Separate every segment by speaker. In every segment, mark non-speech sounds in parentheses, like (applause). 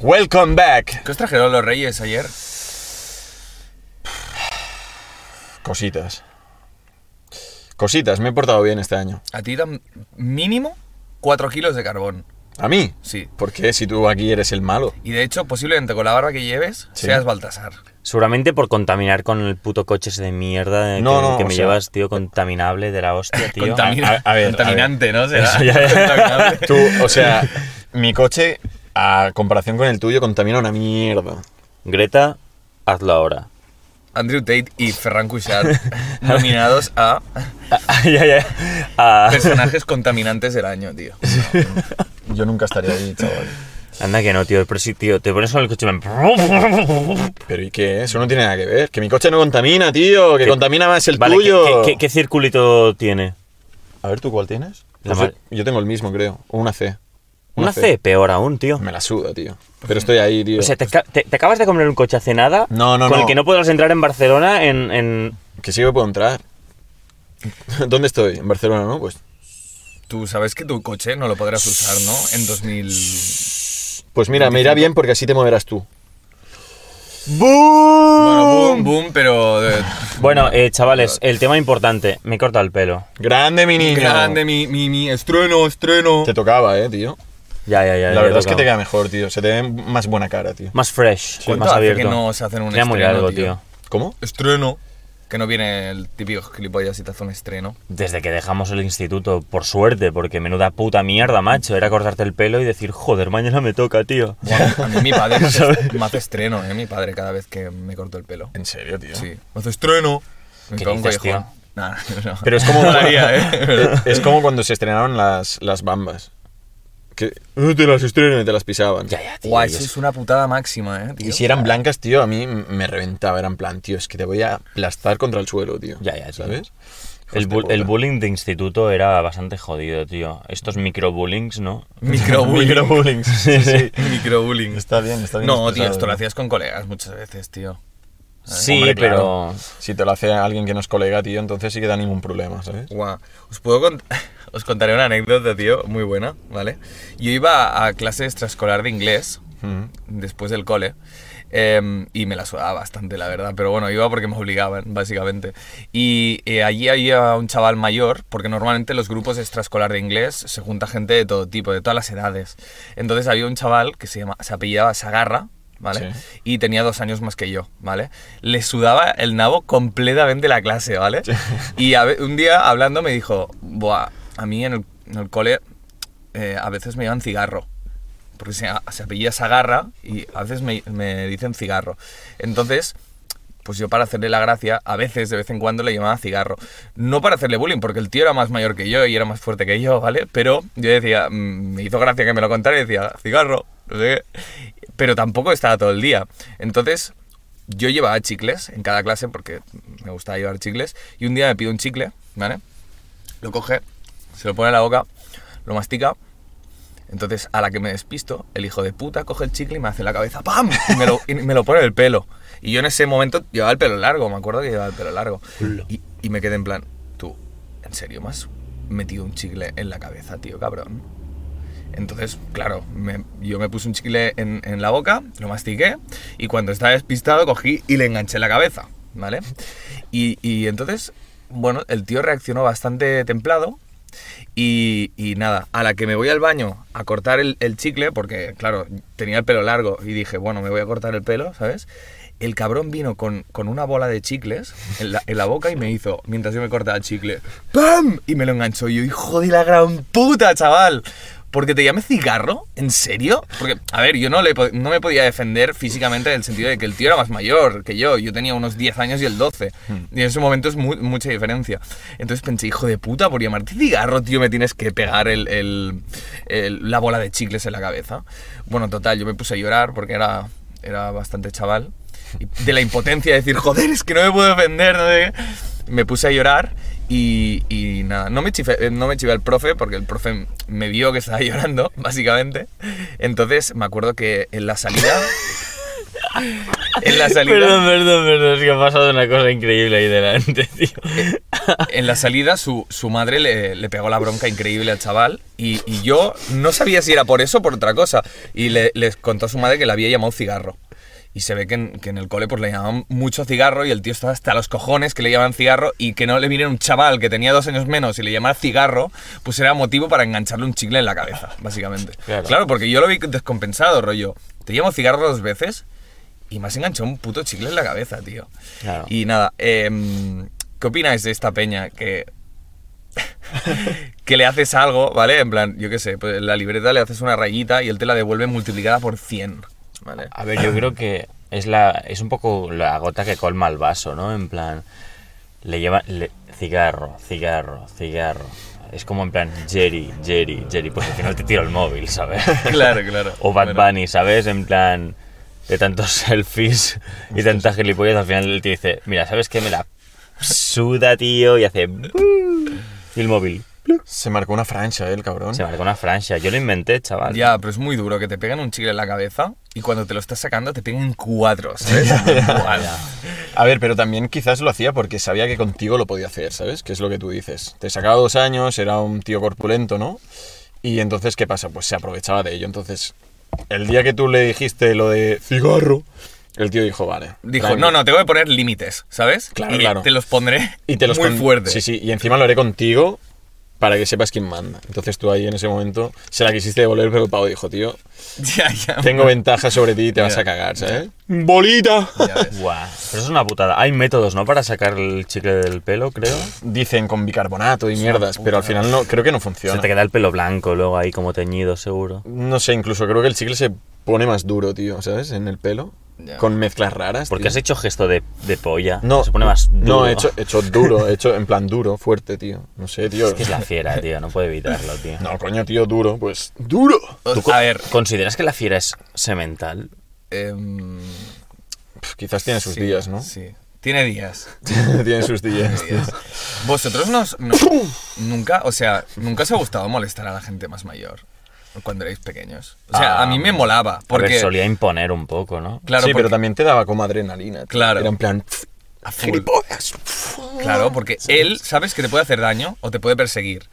Speaker 1: Welcome back.
Speaker 2: ¿Qué os trajeron los reyes ayer?
Speaker 1: Cositas. Cositas, me he portado bien este año.
Speaker 2: A ti dan mínimo 4 kilos de carbón.
Speaker 1: ¿A mí?
Speaker 2: Sí.
Speaker 1: ¿Por qué? Si tú aquí eres el malo.
Speaker 2: Y de hecho, posiblemente con la barba que lleves,
Speaker 1: Sí.
Speaker 2: seas Baltasar.
Speaker 3: Seguramente por contaminar con el puto coche ese de mierda de-
Speaker 1: No,
Speaker 3: que,
Speaker 1: no,
Speaker 3: que
Speaker 1: o
Speaker 3: me
Speaker 1: sea-
Speaker 3: llevas, tío, contaminable de la hostia, tío.
Speaker 2: Contamina-
Speaker 1: A- a- a ver,
Speaker 2: contaminante, ¿no? Será.
Speaker 3: Eso ya-
Speaker 2: Contaminable.
Speaker 1: Tú, o
Speaker 3: (laughs)
Speaker 1: sea, mi coche, a comparación con el tuyo, contamina una mierda.
Speaker 3: Greta, hazlo ahora.
Speaker 2: Andrew Tate y Ferran
Speaker 1: (laughs)
Speaker 2: Cuixart nominados a
Speaker 3: ya, ya. Ah,
Speaker 2: personajes contaminantes del año, tío.
Speaker 1: Yo nunca estaría ahí, chaval.
Speaker 3: Anda que no, tío. Pero sí, tío, te pones con el coche y me-
Speaker 1: Pero ¿y qué? Eso no tiene nada que ver. Que mi coche no contamina, tío. Que
Speaker 3: ¿Qué?
Speaker 1: contamina más el
Speaker 3: Vale, ¿qué-
Speaker 1: tuyo.
Speaker 3: qué, qué- qué circulito tiene?
Speaker 1: A ver, ¿tú cuál tienes?
Speaker 3: La
Speaker 1: Pues
Speaker 3: mal-
Speaker 1: yo, yo tengo el mismo, creo. O una C.
Speaker 3: Una C, peor aún, tío.
Speaker 1: Me la suda, tío.
Speaker 3: Pues
Speaker 1: Pero estoy ahí, tío.
Speaker 3: O sea, te, ca- te- te acabas de comprar un coche hace nada
Speaker 1: No, no,
Speaker 3: con
Speaker 1: no.
Speaker 3: el que no podrás entrar en Barcelona en... en-
Speaker 1: Que sí que puedo entrar. (laughs) ¿Dónde estoy? En Barcelona, ¿no? Pues,
Speaker 2: Tú sabes que tu coche no lo podrás usar, ¿no? En 2000...
Speaker 1: pues mira, me irá bien porque así te moverás tú.
Speaker 2: Bueno, boom, boom, pero... eh,
Speaker 3: Bueno, eh, chavales, el tema importante. Me he cortado el pelo.
Speaker 1: Grande, mi niño.
Speaker 2: grande, mi, mi, mi estrueno, estrueno.
Speaker 1: Te tocaba, eh, tío.
Speaker 3: Ya, ya, ya.
Speaker 1: La
Speaker 3: ya
Speaker 1: verdad es que
Speaker 3: tocaba.
Speaker 1: te queda mejor, tío. Se te ve más buena cara, tío.
Speaker 3: Más fresh,
Speaker 2: ¿Cuánto
Speaker 3: más
Speaker 2: hace
Speaker 3: abierto.
Speaker 2: que no se hacen un
Speaker 3: Era muy
Speaker 2: estreno,
Speaker 3: largo,
Speaker 2: tío?
Speaker 3: tío.
Speaker 1: ¿Cómo?
Speaker 2: Estreno. Que no viene el típico gilipollas y te hace un estreno.
Speaker 3: Desde que dejamos el instituto, por suerte, porque menuda puta mierda, macho. Era cortarte el pelo y decir, joder, mañana me toca, tío. (laughs)
Speaker 2: Bueno, a mí mi padre
Speaker 1: (laughs)
Speaker 2: me hace- me hace estreno, ¿eh? Mi padre cada vez que me corto el pelo.
Speaker 1: En serio, tío.
Speaker 2: Sí. Me hace estreno. Me
Speaker 3: ¿Qué
Speaker 2: pega un
Speaker 3: dices,
Speaker 2: collejón.
Speaker 3: tío?
Speaker 2: Nah, (laughs) no.
Speaker 1: Pero es como, (laughs)
Speaker 2: Molaría, ¿eh?
Speaker 1: (laughs) es como cuando se estrenaron las, las bambas. Que "Eh, te las estrenan y te las pisaban.
Speaker 3: Ya, ya, tío.
Speaker 2: Guau,
Speaker 3: y
Speaker 2: eso
Speaker 3: es-
Speaker 2: es una putada máxima, ¿eh? tío?
Speaker 1: Y si eran blancas, tío, a mí me reventaba. Eran plan, tío, es que te voy a aplastar contra el suelo, tío.
Speaker 3: Ya, ya, tío.
Speaker 1: ¿Sabes?
Speaker 3: El,
Speaker 1: Hijos de
Speaker 3: bu- el
Speaker 1: puta.
Speaker 3: bullying de instituto era bastante jodido, tío. Estos microbullings, ¿no?
Speaker 2: Microbullying.
Speaker 1: Microbullying, sí, sí.
Speaker 2: (laughs) Microbullying.
Speaker 1: Está bien, está bien
Speaker 2: No, tío,
Speaker 1: expresado,
Speaker 2: esto lo
Speaker 1: ¿no?
Speaker 2: hacías con colegas muchas veces, tío.
Speaker 3: Sí,
Speaker 1: Hombre, claro.
Speaker 3: (laughs) pero...
Speaker 1: Si te lo hace alguien que no es colega, tío, entonces sí que da ningún problema, ¿sabes?
Speaker 2: Guau. Os puedo cont- (laughs) os contaré una anécdota, tío, muy buena, ¿vale? Yo iba a clase extraescolar de inglés
Speaker 1: Mm.
Speaker 2: después del cole. em, y me la sudaba bastante, la verdad. Pero bueno, iba porque me obligaban, básicamente. Y eh, allí había un chaval mayor, porque normalmente los grupos extraescolar de inglés se junta gente de todo tipo, de todas las edades. Entonces había un chaval que se, llama, se apellidaba Sagarra, ¿vale?
Speaker 1: Sí.
Speaker 2: Y tenía dos años más que yo, ¿vale? Le sudaba el nabo completamente la clase, ¿vale? Y a ve- un día hablando me dijo, Buah, a mí en el, en el cole eh, a veces me llevan cigarro. Porque se, se apellida Sagarra y a veces me, me dicen cigarro. Entonces, pues yo para hacerle la gracia, a veces, de vez en cuando, le llamaba cigarro. No para hacerle bullying, porque el tío era más mayor que yo y era más fuerte que yo, ¿vale? Pero yo decía, mm, me hizo gracia que me lo contara y decía, cigarro, no sé qué. Pero tampoco estaba todo el día. Entonces, yo llevaba chicles en cada clase porque me gustaba llevar chicles. Y un día me pido un chicle, ¿vale? Lo coge, se lo pone en la boca, lo mastica. Entonces, a la que me despisto, el hijo de puta coge el chicle y me hace en la cabeza ¡pam! Y me, lo, y me lo pone en el pelo. Y yo en ese momento llevaba el pelo largo, me acuerdo que llevaba el pelo largo. Y, y me quedé en plan, tú, ¿en serio me has metido un chicle en la cabeza, tío, cabrón? Entonces, claro, me- yo me puse un chicle en, en la boca, lo mastiqué y cuando estaba despistado cogí y le enganché en la cabeza, ¿vale? Y, y entonces, bueno, el tío reaccionó bastante templado y, y nada, a la que me voy al baño a cortar el, el chicle, porque claro, tenía el pelo largo y dije, bueno, me voy a cortar el pelo, ¿sabes? El cabrón vino con, con una bola de chicles en la, en la boca y me hizo, mientras yo me cortaba el chicle, ¡pam! Y me lo enganchó. Y yo, hijo de la gran puta, chaval. Porque te llame cigarro, ¿en serio? Porque, a ver, yo no, le, po- no me podía defender físicamente en el sentido de que el tío era más mayor que yo. Yo tenía unos 10 años y el 12. Y en ese momento es mu- mucha diferencia. Entonces pensé, hijo de puta, por llamarte cigarro, tío, me tienes que pegar el, el- el- la bola de chicles en la cabeza. Bueno, total, yo me puse a llorar porque era, era bastante chaval. Y de la impotencia de decir, joder, es que no me puedo defender. no sé qué. Me puse a llorar y, y nada, no me, chifé, eh, no me chivé al profe porque el profe me vio que estaba (laughs) llorando, básicamente. Entonces me acuerdo que en la salida... en la salida...
Speaker 3: Perdón, perdón, perdón. Es que ha pasado una cosa increíble ahí delante, (laughs) tío.
Speaker 2: en la salida su, su madre le, le pegó la bronca increíble al chaval y, y yo no sabía si era por eso o por otra cosa. Y le, les contó a su madre que la había llamado cigarro. Y se ve que en, que en el cole pues le llamaban mucho cigarro y el tío estaba hasta los cojones que le llamaban cigarro y que no le viniera un chaval que tenía dos años menos y le llamara cigarro, pues era motivo para engancharle un chicle en la cabeza, básicamente.
Speaker 3: Claro.
Speaker 2: Claro, porque yo lo vi descompensado, rollo. Te llamo cigarro dos veces y me has enganchado un puto chicle en la cabeza, tío.
Speaker 3: Claro.
Speaker 2: Y nada, em, ¿qué opináis de esta
Speaker 1: (laughs)
Speaker 2: peña que que le haces algo, ¿vale? En plan, yo qué sé, pues en la libreta le haces una rayita y él te la devuelve multiplicada por 100,
Speaker 1: (laughs)
Speaker 2: ¿vale?
Speaker 3: A ver, yo creo que es, la, es un poco la gota que colma el vaso, ¿no? En plan, le lleva le- cigarro, cigarro, cigarro. Es como en plan, Jerry, Jerry, Jerry, pues al final te tiro el móvil, ¿sabes? (laughs)
Speaker 2: Claro, claro.
Speaker 3: O Bad
Speaker 2: Bueno,
Speaker 3: Bunny, ¿sabes? En plan, de tantos (laughs) selfies y tantas gilipollas, al final él te dice, mira, ¿sabes qué? Me la suda, tío, y hace... Y el móvil.
Speaker 1: Se marcó una francha, eh, el cabrón.
Speaker 3: Se marcó una franja. Yo lo inventé, chaval. (laughs)
Speaker 2: Ya, pero es muy duro que te peguen un chicle en la cabeza y cuando te lo estás sacando te peguen cuatro,
Speaker 1: (laughs)
Speaker 2: ¿sabes? Buah,
Speaker 1: A ver, pero también quizás lo hacía porque sabía que contigo lo podía hacer, ¿sabes? Que es lo que tú dices. Te sacaba dos años, era un tío corpulento, ¿no? Y entonces, ¿qué pasa? Pues se aprovechaba de ello. Entonces, el día que tú le dijiste lo de cigarro, el tío dijo, vale.
Speaker 2: Dijo,
Speaker 1: tráeme".
Speaker 2: no, no, tengo que poner límites, ¿sabes?
Speaker 1: Claro,
Speaker 2: y
Speaker 1: claro.
Speaker 2: te los pondré
Speaker 1: Y te los
Speaker 2: muy
Speaker 1: con-
Speaker 2: fuerte.
Speaker 1: Sí, sí, y encima lo haré contigo para que sepas quién manda. Entonces tú ahí en ese momento se la quisiste devolver, pero el pavo dijo, tío,
Speaker 2: (laughs) Ya, ya. (laughs)
Speaker 1: tengo ventaja sobre ti y te vas
Speaker 2: Ya.
Speaker 1: a cagar, ¿sabes? ¡Bolita!
Speaker 2: ya ves.
Speaker 3: Guau. Pero eso es una putada. Hay métodos, ¿no? Para sacar el chicle del pelo, creo.
Speaker 1: Dicen con bicarbonato y mierdas, pero al final no, creo que no funciona.
Speaker 3: Se te queda el pelo blanco luego ahí como teñido, seguro.
Speaker 1: No sé, incluso creo que el chicle se pone más duro, tío, ¿sabes? En el pelo.
Speaker 2: Ya.
Speaker 1: Con mezclas raras.
Speaker 3: Porque
Speaker 1: tío.
Speaker 3: has hecho gesto de, de polla.
Speaker 1: No,
Speaker 3: Se pone más duro.
Speaker 1: No, he hecho, he hecho duro, he hecho en plan duro, fuerte, tío. No sé, tío.
Speaker 3: (laughs) Es que es la fiera, tío. No puede evitarlo, tío.
Speaker 1: No, coño, tío, duro, pues. ¡Duro!
Speaker 3: ¿Tú co-
Speaker 2: A ver,
Speaker 3: ¿Consideras que la fiera es semental?
Speaker 2: em,
Speaker 1: Pff, quizás tiene sus
Speaker 2: sí,
Speaker 1: días, ¿no?
Speaker 2: Sí, tiene días.
Speaker 1: (laughs) tiene sus días, tío.
Speaker 2: Vosotros nos, nunca, o sea, nunca os ha gustado molestar a la gente más mayor cuando erais pequeños. O sea,
Speaker 3: Ah,
Speaker 2: a mí me molaba
Speaker 3: Porque
Speaker 2: porque
Speaker 3: solía imponer un poco, ¿no?
Speaker 2: claro,
Speaker 1: sí, pero
Speaker 2: porque-
Speaker 1: también te daba como adrenalina. tío.
Speaker 2: Claro.
Speaker 1: Era en plan. pff,
Speaker 2: a full.
Speaker 1: ¡Gilipollas!
Speaker 2: Claro, porque él sabes que te puede hacer daño o te puede perseguir.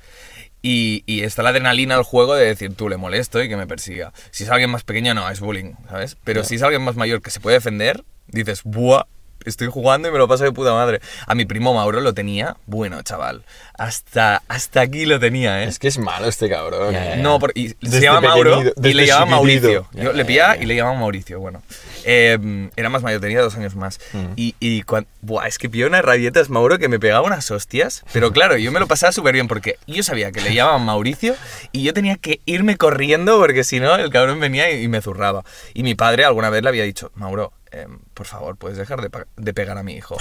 Speaker 2: Y, y está la adrenalina al juego de decir, tú le molesto y que me persiga. Si es alguien más pequeño, no, es bullying, ¿sabes? Pero si es alguien más mayor que se puede defender, dices, ¡buah! Estoy jugando y me lo paso de puta madre. A mi primo Mauro lo tenía, bueno, chaval. Hasta, hasta aquí lo tenía, ¿eh?
Speaker 1: Es que es malo este cabrón.
Speaker 3: Ya, ya,
Speaker 1: eh.
Speaker 2: No, por- y
Speaker 1: Desde
Speaker 2: se llama Mauro
Speaker 1: pequeñito,
Speaker 2: y
Speaker 1: desde
Speaker 2: le llamaba
Speaker 1: chiquitito.
Speaker 2: Mauricio.
Speaker 3: Ya,
Speaker 2: Yo
Speaker 3: ya,
Speaker 2: le pillaba
Speaker 3: ya.
Speaker 2: y le llamaba Mauricio, bueno. Eh, era más mayor, tenía dos años más.
Speaker 1: Mm.
Speaker 2: Y, y cuan- buah, es que pilló unas rabietas Mauro que me pegaba unas hostias. Pero claro, yo me lo pasaba súper bien porque yo sabía que le llamaban Mauricio y yo tenía que irme corriendo porque si no el cabrón venía y, y me zurraba. Y mi padre alguna vez le había dicho, Mauro... eh, por favor, puedes dejar de, pa- de pegar a mi
Speaker 1: (laughs)
Speaker 2: hijo.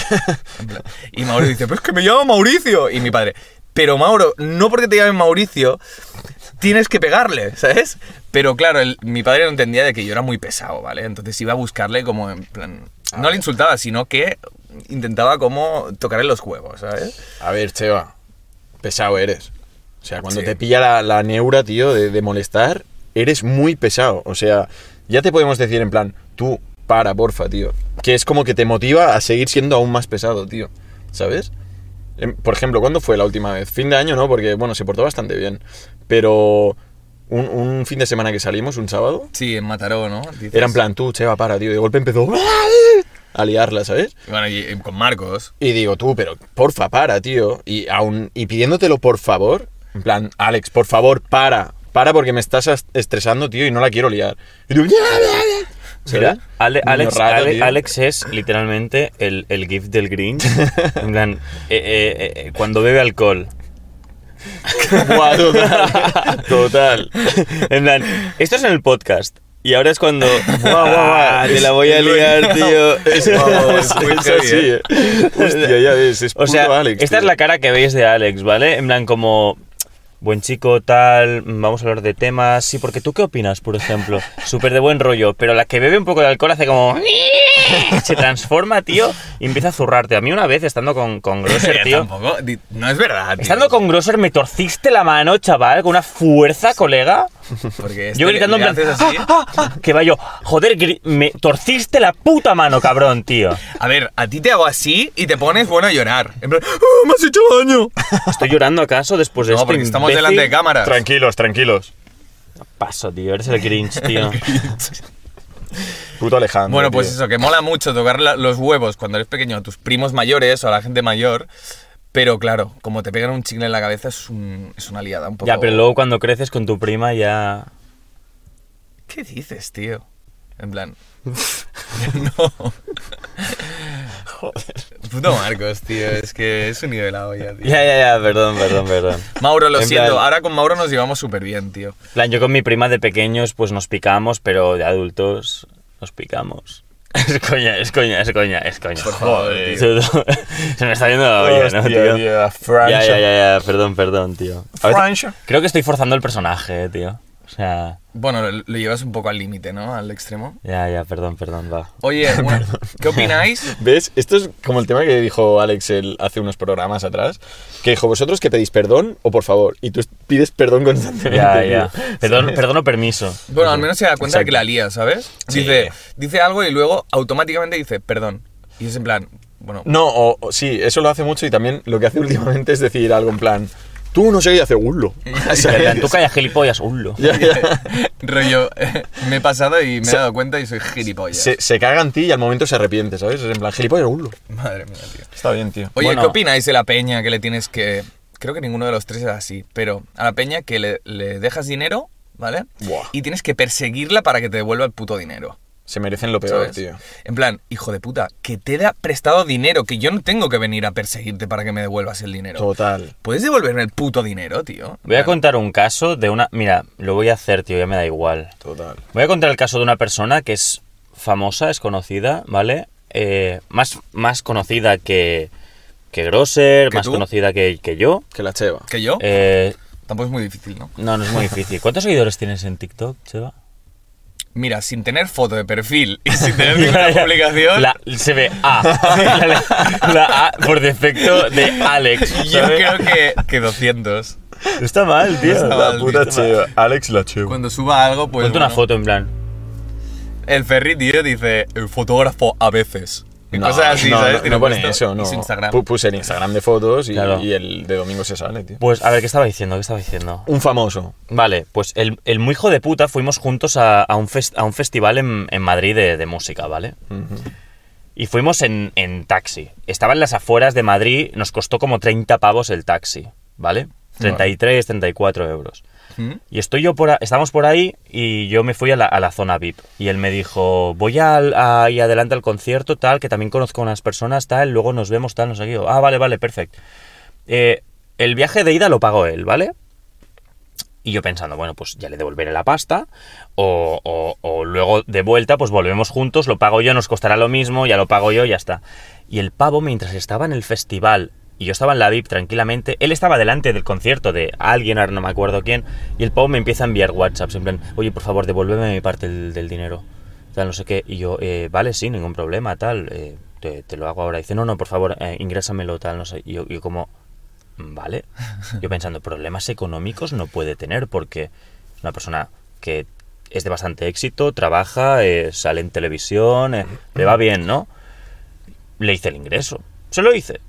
Speaker 2: En plan- Y Mauro dice, pero es que me llama Mauricio. Y mi padre, pero Mauro, no porque te llamen Mauricio, tienes que pegarle, ¿sabes? Pero claro, el- mi padre no entendía de que yo era muy pesado, ¿vale? Entonces iba a buscarle como en plan... No le insultaba, sino que intentaba como tocarle los huevos, ¿sabes?
Speaker 1: A ver, Cheva, pesado eres. O sea, cuando
Speaker 2: Sí.
Speaker 1: te pilla la, la neura, tío, de, de molestar, eres muy pesado. O sea, ya te podemos decir en plan, tú, para, porfa, tío. Que es como que te motiva a seguir siendo aún más pesado, tío. ¿Sabes? Em, Por ejemplo, ¿cuándo fue la última vez? Fin de año, ¿no? Porque, bueno, se portó bastante bien. Pero un, un fin de semana que salimos, un sábado,
Speaker 2: Sí, en Mataró, ¿no? Dices-
Speaker 1: era en plan, tú, Cheva, para, tío. De golpe empezó (laughs) a liarla, ¿sabes?
Speaker 2: Bueno, y, y con Marcos.
Speaker 1: Y digo, tú, pero porfa, para, tío. Y, aún, y pidiéndotelo por favor, en plan, Alex, por favor, para. Para porque me estás as- estresando, tío, y no la quiero liar. Y tú,
Speaker 3: Mira, Ale-
Speaker 1: Niño
Speaker 3: Alex,
Speaker 1: raro,
Speaker 3: Ale-
Speaker 1: tío. (laughs)
Speaker 3: Alex es literalmente el, el gif del Grinch. En plan, eh, eh, eh, eh, cuando bebe alcohol.
Speaker 1: Buah, total.
Speaker 3: (laughs) Total. En plan, esto es en el podcast. Y ahora es cuando. ¡Guau,
Speaker 1: (laughs)
Speaker 3: guau,
Speaker 1: Ah,
Speaker 3: guau! Te la voy a liar, tío.
Speaker 1: Es,
Speaker 3: (laughs)
Speaker 1: es
Speaker 2: muy
Speaker 1: así,
Speaker 2: heavy,
Speaker 1: eh. Hostia, ya ves, es
Speaker 3: O sea,
Speaker 1: puto Alex.
Speaker 3: esta es
Speaker 1: tío.
Speaker 3: la cara que veis de Alex, ¿vale? En plan, como. Buen chico, tal, vamos a hablar de temas. Sí, porque tú qué opinas, por ejemplo. Súper de buen rollo, pero la que bebe un poco de alcohol hace como. (laughs) Se transforma, tío, y empieza a zurrarte. A mí una vez, estando con,
Speaker 1: (laughs)
Speaker 3: con Grosser, tío.
Speaker 2: Tampoco, di- no es verdad, tío.
Speaker 3: Estando con Grosser, me torciste la mano, chaval, con una fuerza, colega.
Speaker 2: Porque este
Speaker 3: Yo gritando
Speaker 2: le-
Speaker 3: en
Speaker 2: le
Speaker 3: plan.
Speaker 2: haces así.
Speaker 3: "Ah, ah, ah", que va yo. Joder, gri- me torciste la puta mano, cabrón, tío.
Speaker 2: A ver, a ti te hago así y te pones bueno a llorar. En plan, "Ah, me has hecho daño!
Speaker 3: ¿Estoy llorando acaso después de
Speaker 2: No,
Speaker 3: esto?
Speaker 2: porque estamos
Speaker 3: imbécil?
Speaker 2: delante de cámaras.
Speaker 1: Tranquilos, tranquilos.
Speaker 3: Paso, tío. Eres el Grinch,
Speaker 2: (laughs)
Speaker 3: tío.
Speaker 1: Puto Alejandro.
Speaker 2: Bueno, pues
Speaker 1: tío.
Speaker 2: eso, que mola mucho tocar la- los huevos cuando eres pequeño a tus primos mayores o a la gente mayor. Pero claro, como te pegan un chicle en la cabeza es, un- es una liada un poco.
Speaker 3: ya, pero luego cuando creces con tu prima ya.
Speaker 2: ¿Qué dices, tío? En
Speaker 3: (laughs)
Speaker 2: plan. (laughs) no. Puto Marcos, tío, es que es un nivelado ya, tío.
Speaker 3: Ya, ya, ya. Perdón, perdón, perdón.
Speaker 2: (laughs) Mauro, lo
Speaker 3: En
Speaker 2: siento,
Speaker 3: plan-
Speaker 2: ahora con Mauro nos llevamos súper bien, tío.
Speaker 3: En plan, yo con mi prima de pequeños, pues nos picamos, pero de adultos nos picamos. (laughs) Es coña, es coña, es coña, es coña.
Speaker 2: Por favor,
Speaker 1: Joder.
Speaker 2: tío.
Speaker 3: (laughs) Se me está yendo la olla, ¿no,
Speaker 1: Hostia,
Speaker 3: tío?
Speaker 1: tío, a Francia.
Speaker 3: Ya, ya, ya, ya, perdón, perdón, tío. A veces-
Speaker 1: Francia.
Speaker 3: creo que estoy forzando el personaje, eh, tío. O sea,
Speaker 2: Bueno, lo, lo llevas un poco al límite, ¿no? Al extremo.
Speaker 3: ya, ya, perdón, perdón,
Speaker 2: (laughs)
Speaker 3: va. (laughs)
Speaker 2: Oye, bueno, ¿qué opináis?
Speaker 1: ¿Ves? Esto es como el tema que dijo Alex el- hace unos programas atrás, que dijo, vosotros que pedís perdón o por favor, y tú pides perdón constantemente.
Speaker 3: Ya, ya.
Speaker 1: tío.
Speaker 3: Perdón, perdón
Speaker 2: (laughs)
Speaker 3: o permiso.
Speaker 2: Bueno, al menos se da cuenta de que
Speaker 1: Exacto.
Speaker 2: la lía, ¿sabes?
Speaker 1: Sí.
Speaker 2: Dice, dice algo y luego automáticamente dice, perdón. Y es en plan,
Speaker 1: (laughs)
Speaker 2: bueno,
Speaker 1: No, o, o sí, eso lo hace mucho y también lo que hace últimamente es decir algo en plan, tú no sé qué hace (laughs) hullo.
Speaker 3: En plan, Tú callas gilipollas, hulo.
Speaker 1: Ya, ya.
Speaker 2: rollo, (laughs) me he pasado y me he
Speaker 1: Se-
Speaker 2: dado cuenta y soy gilipollas.
Speaker 1: Se, se caga en ti y al momento se arrepiente, ¿sabes? Es en plan, gilipollas, hullo.
Speaker 2: Madre mía, tío.
Speaker 1: Está bien, tío.
Speaker 2: Oye,
Speaker 3: Bueno.
Speaker 2: ¿qué opináis de la peña que le tienes que... Creo que ninguno de los tres es así, pero a la peña que le, le dejas dinero, ¿vale?
Speaker 1: Buah.
Speaker 2: Y tienes que perseguirla para que te devuelva el puto dinero.
Speaker 1: Se merecen lo peor,
Speaker 2: ¿sabes?
Speaker 1: tío.
Speaker 2: En plan, hijo de puta, que te da prestado dinero, que yo no tengo que venir a perseguirte para que me devuelvas el dinero.
Speaker 1: Total.
Speaker 2: ¿Puedes devolverme el puto dinero, tío?
Speaker 3: Voy a contar un caso de una. Mira, lo voy a hacer, tío, ya me da igual.
Speaker 1: Total.
Speaker 3: Voy a contar el caso de una persona que es famosa, es conocida, ¿vale? Eh, más, más conocida que, que Grosser,
Speaker 2: ¿Que
Speaker 3: más
Speaker 2: tú?
Speaker 3: conocida que, que yo.
Speaker 1: Que la cheva.
Speaker 2: ¿Que yo?
Speaker 3: Eh,
Speaker 2: Tampoco es muy difícil, ¿no?
Speaker 3: no, no es muy difícil. ¿Cuántos seguidores tienes en TikTok, Cheva?
Speaker 2: Mira, sin tener foto de perfil
Speaker 1: (laughs)
Speaker 2: y sin tener
Speaker 3: (laughs)
Speaker 2: ninguna publicación,
Speaker 3: La- se ve A. La, la A por defecto de
Speaker 2: (laughs)
Speaker 3: Alex.
Speaker 2: yo
Speaker 3: ¿sabes?
Speaker 2: creo que, que 200.
Speaker 3: Está mal, tío.
Speaker 1: (laughs)
Speaker 2: está
Speaker 1: La
Speaker 2: mal,
Speaker 1: puta
Speaker 2: tío, está
Speaker 1: cheva. Alex la cheva.
Speaker 2: Cuando suba algo, pues...
Speaker 3: Ponte una
Speaker 2: bueno.
Speaker 3: foto en plan.
Speaker 2: El Ferri, tío, dice el fotógrafo a veces. Y cosas así,
Speaker 1: no,
Speaker 2: ¿sabes?
Speaker 1: No, no
Speaker 2: Y lo he
Speaker 1: pone
Speaker 2: puesto.
Speaker 1: eso, no.
Speaker 2: Y su Instagram.
Speaker 1: Pu- Puse el Instagram de fotos y,
Speaker 3: Claro.
Speaker 1: y el de domingo se sale, tío.
Speaker 3: Pues, a ver, ¿qué estaba diciendo? ¿Qué estaba diciendo?
Speaker 1: Un famoso.
Speaker 3: Vale, pues el, el muy hijo de puta fuimos juntos a, a un, fes- a un festival en, en Madrid de, de música, ¿vale? Y fuimos en, en taxi. Estaba en las afueras de Madrid, nos costó como 30 pavos el taxi, ¿vale? 33, 34 euros.
Speaker 2: ¿Mm?
Speaker 3: Y estoy yo por a- estábamos por ahí y yo me fui a la, a la zona VIP. Y él me dijo, voy al- a- ahí adelante al concierto, tal, que también conozco a unas personas, tal, luego nos vemos, tal, no sé qué. Yo, Ah, vale, vale, perfecto. Eh, el viaje de ida lo pagó él, ¿vale? Y yo pensando, bueno, pues ya le devolveré la pasta, o, o- o luego de vuelta, pues volvemos juntos, lo pago yo, nos costará lo mismo, ya lo pago yo, ya está. Y el pavo, mientras estaba en el festival y yo estaba en la VIP tranquilamente, él estaba delante del concierto de alguien, ahora no me acuerdo quién, y el pavo me empieza a enviar WhatsApp, en plan, oye, por favor, devuélveme mi parte del, del dinero, tal, no sé qué. Y yo, "Eh, vale, sí, ningún problema, tal, eh, te, te lo hago ahora. Y dice, no, no, por favor, eh, ingrésamelo, tal, no sé. Y yo, yo como, Vale. Yo pensando, problemas económicos no puede tener porque es una persona que es de bastante éxito, trabaja, eh, sale en televisión, eh, le va bien, ¿no? Le hice el ingreso. Se lo hice.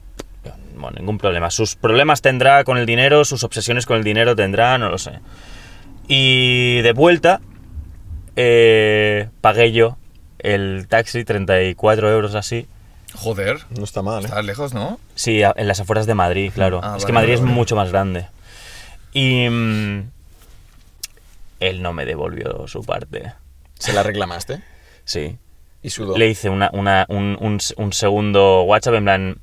Speaker 3: Yo, Bueno, ningún problema. Sus problemas tendrá con el dinero, sus obsesiones con el dinero tendrá, no lo sé. Y de vuelta, eh, pagué yo el taxi, 34 euros así.
Speaker 2: Joder,
Speaker 1: No está mal, ¿eh?
Speaker 2: estás lejos, ¿no?
Speaker 3: Sí, a- en las afueras de Madrid, claro.
Speaker 2: Ah,
Speaker 3: es
Speaker 2: vale,
Speaker 3: que Madrid
Speaker 2: vale,
Speaker 3: es
Speaker 2: vale.
Speaker 3: mucho más grande. Y mm, él no me devolvió su parte.
Speaker 1: Se la reclamaste
Speaker 3: Sí.
Speaker 1: y sudó.
Speaker 3: Le hice una, una- un, un- un segundo WhatsApp en plan,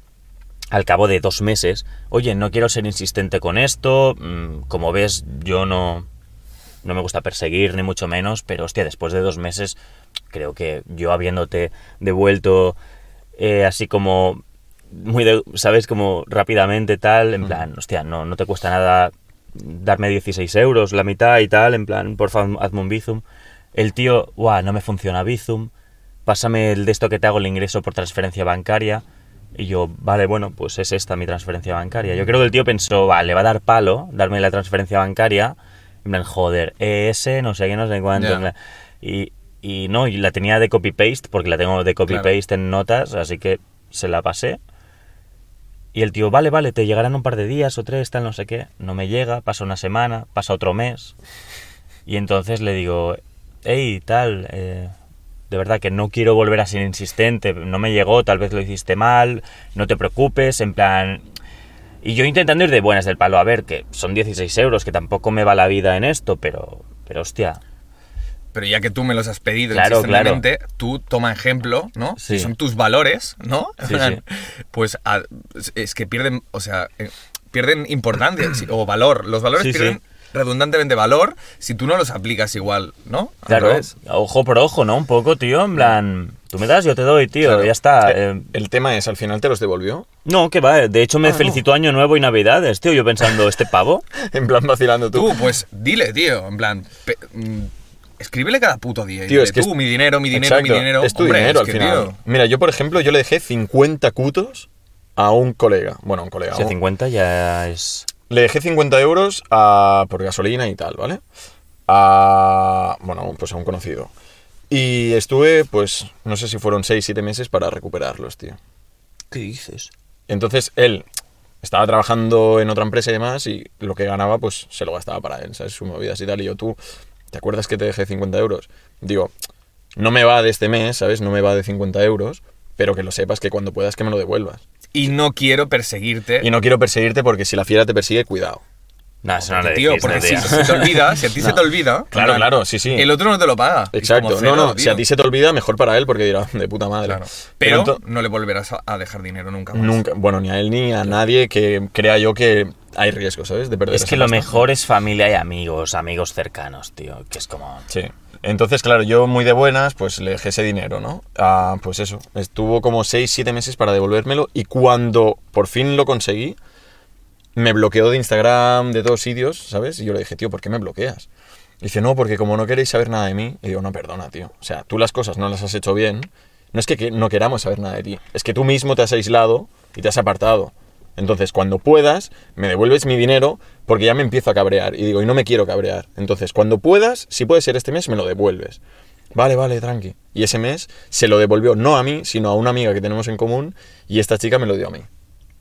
Speaker 3: al cabo de dos meses, oye, no quiero ser insistente con esto, mm, como ves, yo no, no me gusta perseguir, ni mucho menos, pero hostia, después de dos meses, creo que yo habiéndote devuelto eh, así como, muy de- ¿sabes? Como rápidamente tal, en plan, hostia, no, no te cuesta nada darme 16 euros, la mitad y tal, en plan, por favor, hazme un Bizum. El tío, guau, no me funciona Bizum, pásame el de esto que te hago el ingreso por transferencia bancaria. Y yo, vale, bueno, pues es esta mi transferencia bancaria. Yo creo que el tío pensó, vale, le va a dar palo darme la transferencia bancaria. en plan, joder, ES, no sé qué, no sé cuánto.
Speaker 2: Ya.
Speaker 3: en plan, y, y no, y la tenía de copy-paste, porque la tengo de copy-paste en notas, así que se la pasé. Y el tío, vale, vale, te llegarán un par de días o tres, tal, no sé qué. No me llega, pasa una semana, pasa otro mes. Y entonces le digo, hey, tal, eh, de verdad que no quiero volver a ser insistente, no me llegó, tal vez lo hiciste mal, no te preocupes, en plan... Y yo intentando ir de buenas del palo, a ver, que son 16 euros, que tampoco me va la vida en esto, pero, pero hostia,
Speaker 2: Pero ya que tú me los has pedido
Speaker 3: Claro,
Speaker 2: insistentemente, tú toma ejemplo, ¿no?
Speaker 3: Sí.
Speaker 2: Si son tus valores, ¿no?
Speaker 3: Sí,
Speaker 2: (laughs) Pues a- es que pierden, o sea, eh, pierden importancia sí, o valor. Los valores
Speaker 3: Sí, sí.
Speaker 2: pierden redundantemente valor si tú no los aplicas igual, ¿no? Al
Speaker 3: claro,
Speaker 2: revés.
Speaker 3: ojo por ojo, ¿no? Un poco, tío, en plan, tú me das, yo te doy, tío,
Speaker 2: Claro.
Speaker 3: ya está. eh,
Speaker 1: Eh, el tema es, ¿al final te los devolvió? (laughs)
Speaker 3: no, que va, eh, de
Speaker 1: Ah,
Speaker 3: hecho me felicitó Año Nuevo y Navidades, tío, yo pensando, este pavo...
Speaker 1: En plan vacilando tú.
Speaker 2: Tú, pues dile, tío, en plan, pe- mm, escríbele cada puto día. y
Speaker 1: Tío,
Speaker 2: dile,
Speaker 1: es que es-
Speaker 2: tú, mi dinero, mi dinero, mi
Speaker 1: Exacto,
Speaker 2: dinero.
Speaker 1: Es tu
Speaker 2: Hombre,
Speaker 1: dinero
Speaker 2: es
Speaker 1: al
Speaker 2: que,
Speaker 1: final.
Speaker 2: tío,
Speaker 1: Mira, yo por ejemplo, yo le dejé 50 cutos a un colega. Bueno, a un colega. a
Speaker 3: Si
Speaker 1: un-
Speaker 3: 50 ya es...
Speaker 1: Le dejé 50 euros a- por gasolina y tal, ¿vale? A, bueno, pues a un conocido. Y estuve, pues, no sé si fueron 6, 7 meses para recuperarlos, tío.
Speaker 3: ¿Qué dices?
Speaker 1: Entonces él estaba trabajando en otra empresa y demás y lo que ganaba pues se lo gastaba para él, ¿sabes? Sus movidas y tal. Y yo, tú, ¿te acuerdas que te dejé 50 euros? Digo, no me va de este mes, ¿sabes? No me va de 50 euros, pero que lo sepas que cuando puedas que me lo devuelvas.
Speaker 2: Y no quiero
Speaker 3: Eh.
Speaker 2: perseguirte.
Speaker 1: Y no quiero perseguirte porque si la fiera te persigue, cuidado.
Speaker 3: No, eso no le
Speaker 2: Tío,
Speaker 3: decís,
Speaker 2: porque
Speaker 3: no,
Speaker 2: si
Speaker 3: tío.
Speaker 2: se te olvida, si a
Speaker 1: (laughs)
Speaker 2: ti se te olvida.
Speaker 1: Claro,
Speaker 2: en plan,
Speaker 1: claro, sí, sí.
Speaker 2: El otro no te lo paga. Y
Speaker 1: Exacto.
Speaker 2: como cero,
Speaker 1: no, no, si
Speaker 2: tío.
Speaker 1: a ti se te olvida, mejor para él porque dirá, de puta madre.
Speaker 2: Claro. Pero,
Speaker 1: ento-
Speaker 2: no le volverás a- a dejar dinero nunca más.
Speaker 1: nunca, bueno, ni a él ni a nadie que crea yo que hay riesgo, ¿sabes? De perder
Speaker 3: (laughs) Es
Speaker 1: esa
Speaker 3: que lo
Speaker 1: pasta.
Speaker 3: mejor es familia y amigos, amigos cercanos, tío. Que es como.
Speaker 1: Sí. Entonces, claro, yo muy de buenas, pues le dejé ese dinero, ¿no? Ah, pues eso, estuvo como 6, 7 meses para devolvérmelo y cuando por fin lo conseguí, me bloqueó de Instagram, de todos sitios, ¿sabes? Y yo le dije, tío, ¿por qué me bloqueas? Y dice, no, porque como no queréis saber nada de mí, y digo, no, perdona, tío. O sea, tú las cosas no las has hecho bien. No es que que no queramos saber nada de ti, es que tú mismo te has aislado y te has apartado. Entonces, cuando puedas, me devuelves mi dinero porque ya me empiezo a cabrear. Y digo, y no me quiero cabrear. Entonces, cuando puedas, si puede ser este mes, me lo devuelves. Vale, vale, tranqui. Y ese mes se lo devolvió no a mí, sino a una amiga que tenemos en común y esta chica me lo dio a mí.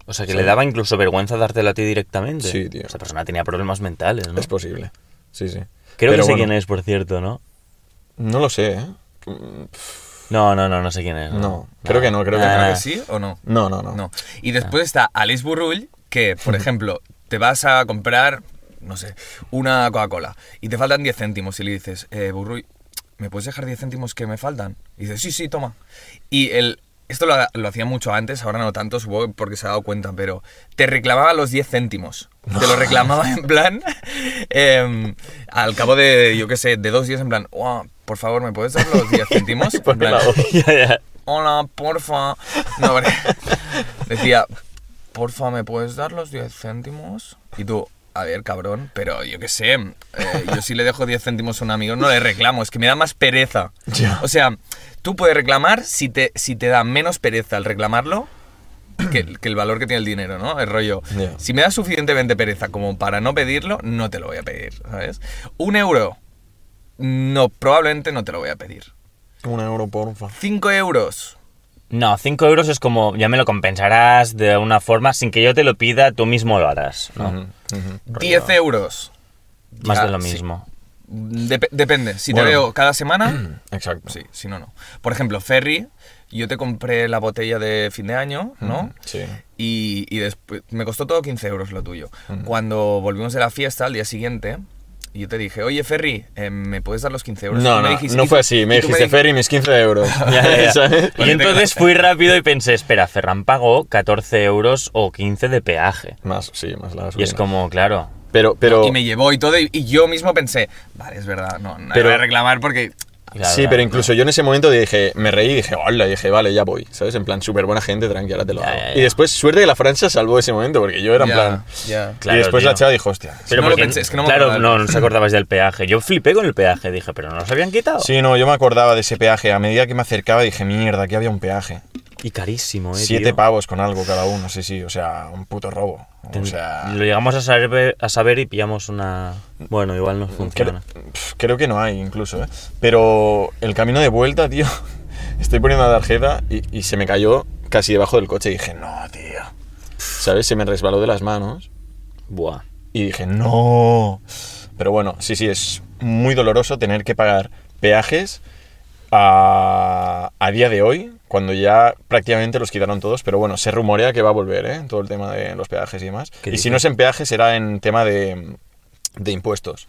Speaker 3: O sea, que le daba incluso vergüenza dártelo a ti directamente.
Speaker 1: Sí, tío.
Speaker 3: Esta persona tenía problemas mentales, ¿no?
Speaker 1: Es posible. Sí, sí.
Speaker 3: Creo que
Speaker 1: Pero
Speaker 3: sé
Speaker 1: bueno,
Speaker 3: quién es, por cierto, ¿no?
Speaker 1: No lo sé, ¿eh? Mm,
Speaker 3: No, no, no, no sé quién es.
Speaker 1: No, creo que no, creo que
Speaker 3: Ah,
Speaker 1: no.
Speaker 2: ¿Creo
Speaker 3: Ah.
Speaker 2: que sí o no?
Speaker 1: No, no, no.
Speaker 2: No. Y después está Alice Burrull, que, por ejemplo, te vas a comprar, no sé, una Coca-Cola y te faltan 10 céntimos y le dices, eh, Burrull, ¿me puedes dejar 10 céntimos que me faltan? Y dices, sí, sí, toma. Y el Esto lo, ha- lo hacía mucho antes, ahora no tanto, supongo porque se ha dado cuenta, pero te reclamaba los 10 céntimos. Te lo reclamaba en plan, em, al cabo de, yo qué sé, de dos días, en plan, "Uah, por favor, ¿me puedes dar los
Speaker 1: (laughs)
Speaker 2: 10 céntimos? En
Speaker 1: Por
Speaker 2: plan,
Speaker 1: la voz.
Speaker 3: Ya, (laughs) ya.
Speaker 2: hola, porfa. No, pero- decía, porfa, ¿me puedes dar los 10 céntimos? Y tú, a ver, cabrón, pero yo qué sé, eh, yo si le dejo 10 céntimos a un amigo no le reclamo, es que me da más pereza.
Speaker 1: Ya.
Speaker 2: O sea, tú puedes reclamar si te, si te da menos pereza al reclamarlo que, el- que el valor que tiene el dinero, ¿no? El rollo.
Speaker 1: Ya.
Speaker 2: Si me da suficientemente pereza como para no pedirlo, no te lo voy a pedir, ¿sabes? Un euro, no, probablemente no te lo voy a pedir.
Speaker 1: Un euro, porfa.
Speaker 2: Cinco euros,
Speaker 3: No, 5 euros es como, ya me lo compensarás de una forma, sin que yo te lo pida, tú mismo lo harás, ¿no?
Speaker 1: Ujú, ujú.
Speaker 2: 10 euros.
Speaker 3: Más
Speaker 2: Ya,
Speaker 3: de lo
Speaker 2: sí.
Speaker 3: mismo.
Speaker 2: (laughs) Dep- depende. Si
Speaker 1: Bueno.
Speaker 2: te veo
Speaker 1: (clears throat)
Speaker 2: cada semana,
Speaker 1: Exacto.
Speaker 2: sí, si no, no. Por ejemplo, Ferry, yo te compré la botella de fin de año, ¿no?
Speaker 1: Sí.
Speaker 2: Y, y después me costó todo 15 euros lo tuyo. Cuando volvimos de la fiesta al día siguiente, yo te dije, oye Ferry, eh, ¿me puedes dar los 15 euros? Y
Speaker 1: No,
Speaker 2: me
Speaker 1: no,
Speaker 2: dijiste-
Speaker 1: no
Speaker 2: y-
Speaker 1: fue así. Me
Speaker 2: y tú
Speaker 1: dijiste,
Speaker 2: dij-
Speaker 1: Ferry, mis 15
Speaker 3: (laughs)
Speaker 1: euros.
Speaker 3: Ya, ya, ya.
Speaker 1: ¿Sabes?
Speaker 3: Y entonces fui rápido y pensé, espera, Ferran pagó 14 euros o 15 de peaje.
Speaker 1: Más, sí, más la
Speaker 3: Y es
Speaker 1: gasolina.
Speaker 3: como, claro,
Speaker 1: Pero, pero...
Speaker 2: Y me llevó y todo, y, y yo mismo pensé, vale, es verdad, no, no
Speaker 1: Pero-
Speaker 2: voy a reclamar porque...
Speaker 3: claro,
Speaker 1: sí,
Speaker 3: claro.
Speaker 1: pero incluso yo en ese momento dije, me reí y dije, hola, y dije, vale, ya voy, ¿sabes? En plan, súper buena gente, tranqui, ahora te lo
Speaker 3: Ya,
Speaker 1: hago.
Speaker 3: ya,
Speaker 1: Y
Speaker 3: ya.
Speaker 1: después, suerte que la Francia salvó ese momento, porque yo era en
Speaker 2: Ya,
Speaker 1: plan...
Speaker 2: ya.
Speaker 1: y
Speaker 3: Claro,
Speaker 1: después la
Speaker 3: tío.
Speaker 1: chava dijo, hostia.
Speaker 3: Pero
Speaker 2: No lo
Speaker 3: porque-
Speaker 2: pensé, es que no me
Speaker 3: Claro,
Speaker 2: acordaba.
Speaker 3: no, no os acordabais del peaje. Yo flipé con el peaje, dije, pero no los habían quitado.
Speaker 1: Sí, no, yo me acordaba de ese peaje. A medida que me acercaba dije, mierda, aquí había un peaje.
Speaker 3: Y carísimo, eh.
Speaker 1: Siete
Speaker 3: tío.
Speaker 1: pavos con algo cada uno, sí, sí. O sea, un puto robo.
Speaker 2: O sea, Mm.
Speaker 3: Lo llegamos a saber, a saber y pillamos una... Bueno, igual no
Speaker 1: Creo,
Speaker 3: funciona.
Speaker 1: pf, creo que no hay incluso, ¿eh? Pero el camino de vuelta, tío, (laughs) estoy poniendo la tarjeta y, y se me cayó casi debajo del coche y dije, no, tío. ¿Sabes? Se me resbaló de las manos
Speaker 3: Buah.
Speaker 1: y dije, no. Pero bueno, sí, sí, es muy doloroso tener que pagar peajes a, a día de hoy, cuando ya prácticamente los quitaron todos, pero bueno, se rumorea que va a volver, ¿eh? Todo el tema de los peajes y demás.
Speaker 3: ¿Qué
Speaker 1: Y si
Speaker 3: dices?
Speaker 1: no es en peajes, será en tema de, de impuestos.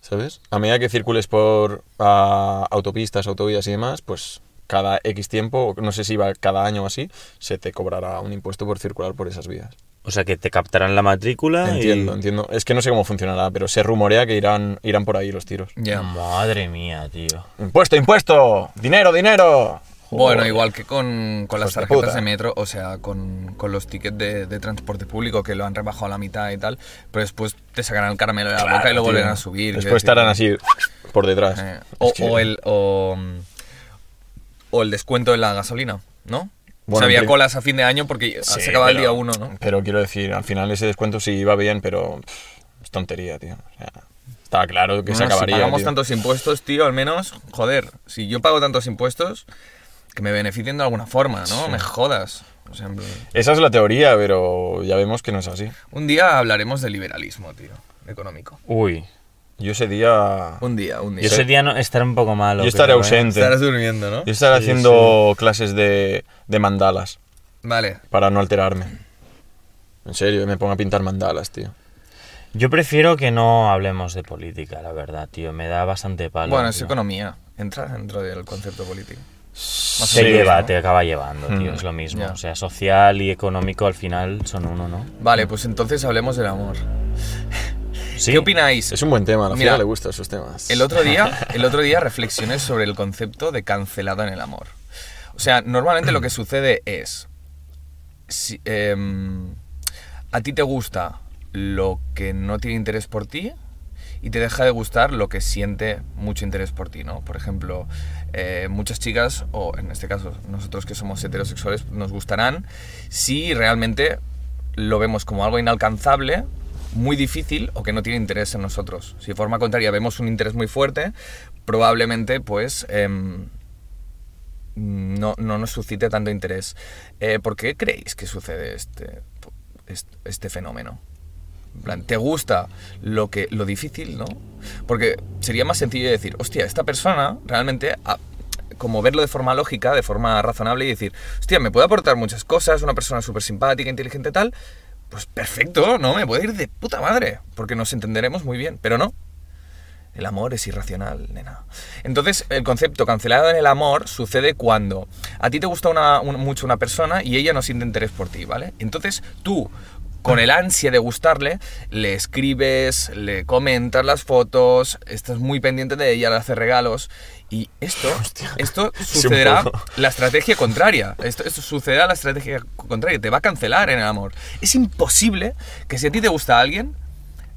Speaker 1: ¿Sabes? A medida que circules por ah, autopistas, autovías y demás, pues cada X tiempo, no sé si va cada año o así, se te cobrará un impuesto por circular por esas vías.
Speaker 3: O sea, que te captarán la matrícula
Speaker 1: Entiendo,
Speaker 3: y...
Speaker 1: entiendo. Es que no sé cómo funcionará, pero se rumorea que irán, irán por ahí los tiros.
Speaker 2: ya.
Speaker 3: Madre mía, tío.
Speaker 1: ¡Impuesto, impuesto! ¡Dinero, dinero!
Speaker 2: Bueno,
Speaker 1: Joder.
Speaker 2: igual que con, con las
Speaker 1: Hijos de
Speaker 2: tarjetas
Speaker 1: puta.
Speaker 2: de, metro, o sea, con, con los tickets de, de transporte público que lo han rebajado a la mitad y tal, pero después te sacarán el caramelo de la boca y lo
Speaker 1: Tío,
Speaker 2: volverán a subir. quiero
Speaker 1: Después estarán así por detrás.
Speaker 2: decir, eh,
Speaker 1: Es
Speaker 2: o,
Speaker 1: que-
Speaker 2: o el, o, o el descuento de la gasolina, ¿no?
Speaker 1: Bueno,
Speaker 2: o sea, había
Speaker 1: en pri-
Speaker 2: colas a fin de año porque
Speaker 1: Sí,
Speaker 2: se acaba el
Speaker 1: pero-
Speaker 2: día uno, ¿no?
Speaker 1: Pero quiero decir, al final ese descuento sí iba bien, pero pff, es tontería, tío. O sea, estaba claro que se
Speaker 2: Bueno,
Speaker 1: acabaría.
Speaker 2: Si pagamos
Speaker 1: tío.
Speaker 2: tantos impuestos, tío, al menos, joder, si yo pago tantos impuestos, que me beneficien de alguna forma, ¿no? Me jodas. O sea, en plan-
Speaker 1: Esa es la teoría, pero ya vemos que no es así.
Speaker 2: un día hablaremos de liberalismo, tío, económico.
Speaker 3: Uy.
Speaker 1: Yo ese día.
Speaker 2: Un día, un
Speaker 3: Yo
Speaker 2: día.
Speaker 3: ese día no, estaré un poco malo.
Speaker 1: Yo estaré
Speaker 3: creo, ¿eh?
Speaker 1: ausente.
Speaker 2: Estarás durmiendo, ¿no?
Speaker 1: Yo estaré haciendo clases de, de mandalas
Speaker 2: Vale.
Speaker 1: para no alterarme. En serio, me pongo a pintar mandalas, tío.
Speaker 3: Yo prefiero que no hablemos de política, la verdad, tío. Me da bastante palo.
Speaker 2: Bueno, es
Speaker 3: Ah, tío.
Speaker 2: economía. Entra dentro del concepto político. Más
Speaker 3: Se
Speaker 2: o menos,
Speaker 3: lleva,
Speaker 2: ¿no?
Speaker 3: te acaba llevando, tío.
Speaker 1: Mm.
Speaker 3: Es lo mismo.
Speaker 2: Ya.
Speaker 3: O sea, social y económico al final son uno, ¿no?
Speaker 2: Vale, pues entonces hablemos del amor.
Speaker 3: Sí.
Speaker 2: ¿Qué opináis?
Speaker 1: Es un buen tema, a la
Speaker 2: Mira,
Speaker 1: fiera le gustan esos temas.
Speaker 2: El otro
Speaker 3: (laughs)
Speaker 2: día, el otro día reflexioné sobre el concepto de cancelado en el amor. O sea, normalmente lo que sucede es si, em, a ti te gusta lo que no tiene interés por ti y te deja de gustar lo que siente mucho interés por ti, ¿no? Por ejemplo, eh, muchas chicas, o en este caso nosotros que somos heterosexuales, nos gustarán si realmente lo vemos como algo inalcanzable, muy difícil o que no tiene interés en nosotros. Si de forma contraria vemos un interés muy fuerte, probablemente pues... em, no, no nos suscite tanto interés. Eh, ¿Por qué creéis que sucede este, este, este fenómeno? En plan, ¿te gusta lo, que, lo difícil, no? Porque sería más sencillo decir, hostia, esta persona realmente, a- como verlo de forma lógica, de forma razonable y decir, hostia, me puede aportar muchas cosas, una persona súper simpática, inteligente, tal, pues perfecto, ¿no? Me puede ir de puta madre, porque nos entenderemos muy bien, pero no, el amor es irracional, nena. Entonces, el concepto cancelado en el amor sucede cuando a ti te gusta una- un- mucho una persona y ella no siente interés por ti, ¿vale? Entonces, tú, con el ansia de gustarle, le escribes, le comentas las fotos, estás muy pendiente de ella, le haces regalos. Y
Speaker 1: (laughs)
Speaker 2: esto, esto
Speaker 1: un
Speaker 2: sucederá
Speaker 1: poco.
Speaker 2: la estrategia contraria. Esto, esto sucederá la estrategia contraria. Te va a cancelar en el amor. Es imposible que si a ti te gusta alguien,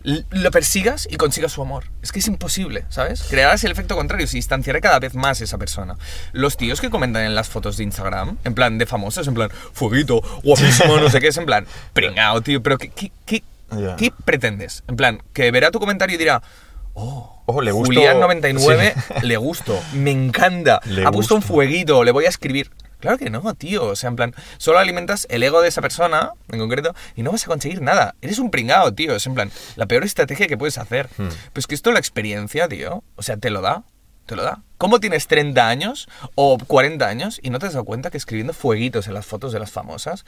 Speaker 2: l- lo persigas y consigas su amor. Es que es imposible, ¿sabes? Crearás el efecto contrario, se distanciará cada vez más esa persona. Los tíos que comentan en las fotos de Instagram, en plan de famosos, en plan, fueguito, guapísimo, no sé qué, es
Speaker 1: (laughs)
Speaker 2: en plan, pringao, tío, pero ¿qué, qué, qué,
Speaker 1: Ya.
Speaker 2: qué pretendes? En plan, que verá tu comentario y dirá, oh,
Speaker 1: Oh, le gusto-
Speaker 2: Julián99 le gusto, me encanta,
Speaker 1: Le
Speaker 2: ha puesto un
Speaker 1: gusto.
Speaker 2: fueguito, le voy a escribir. Claro que no, tío. O sea, en plan, solo alimentas el ego de esa persona, en concreto, y no vas a conseguir nada. Eres un pringado, tío. Es en plan, la peor estrategia que puedes hacer. Pues que esto la experiencia, tío. O sea, te lo da. Te lo da. ¿Cómo tienes 30 años o 40 años y no te has dado cuenta que escribiendo fueguitos en las fotos de las famosas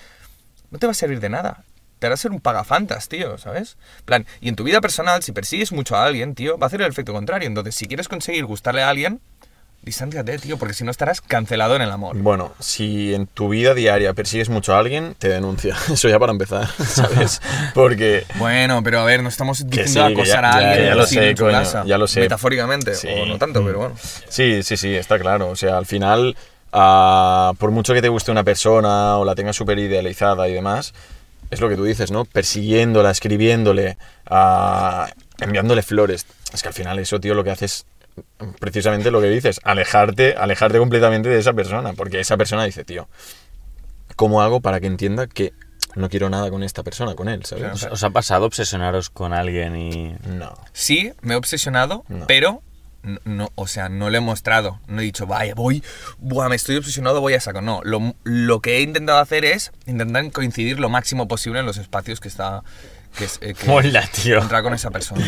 Speaker 2: no te va a servir de nada. Te hará ser un pagafantas, tío, ¿sabes? En plan, y en tu vida personal, si persigues mucho a alguien, tío, va a hacer el efecto contrario. Entonces, si quieres conseguir gustarle a alguien, distánciate, tío, porque si no estarás cancelado en el amor.
Speaker 1: Bueno, si en tu vida diaria persigues mucho a alguien, te denuncia. (laughs) Eso ya para empezar, ¿sabes? Porque.
Speaker 2: Bueno, pero a ver, no estamos diciendo
Speaker 1: sí, que
Speaker 2: acosar
Speaker 1: ya-
Speaker 2: a
Speaker 1: ya-
Speaker 2: alguien
Speaker 1: ya lo
Speaker 2: así
Speaker 1: sé,
Speaker 2: en su
Speaker 1: coño,
Speaker 2: casa,
Speaker 1: ya lo sé.
Speaker 2: Metafóricamente,
Speaker 1: Sí.
Speaker 2: o no tanto, pero bueno.
Speaker 1: Sí, sí, sí, está claro. O sea, al final, ah, por mucho que te guste una persona o la tengas súper idealizada y demás, es lo que tú dices, ¿no? Persiguiéndola, escribiéndole, ah, enviándole flores. Es que al final eso, tío, lo que haces precisamente lo que dices, alejarte, alejarte completamente de esa persona, porque esa persona dice, tío, ¿cómo hago para que entienda que no quiero nada con esta persona, con él, ¿sabes?
Speaker 2: Claro.
Speaker 3: ¿Os, os ha pasado obsesionaros con alguien y...? (laughs)
Speaker 1: No.
Speaker 2: Sí, me he obsesionado,
Speaker 1: No.
Speaker 2: pero n- no, o sea, no lo he mostrado. No he dicho, vaya, voy, buah, me estoy obsesionado, voy a saco. No, lo, lo que he intentado hacer es intentar coincidir lo máximo posible en los espacios que está. Que, es-
Speaker 1: (laughs)
Speaker 2: eh, que
Speaker 3: Mola, tío.
Speaker 2: entrar con esa persona.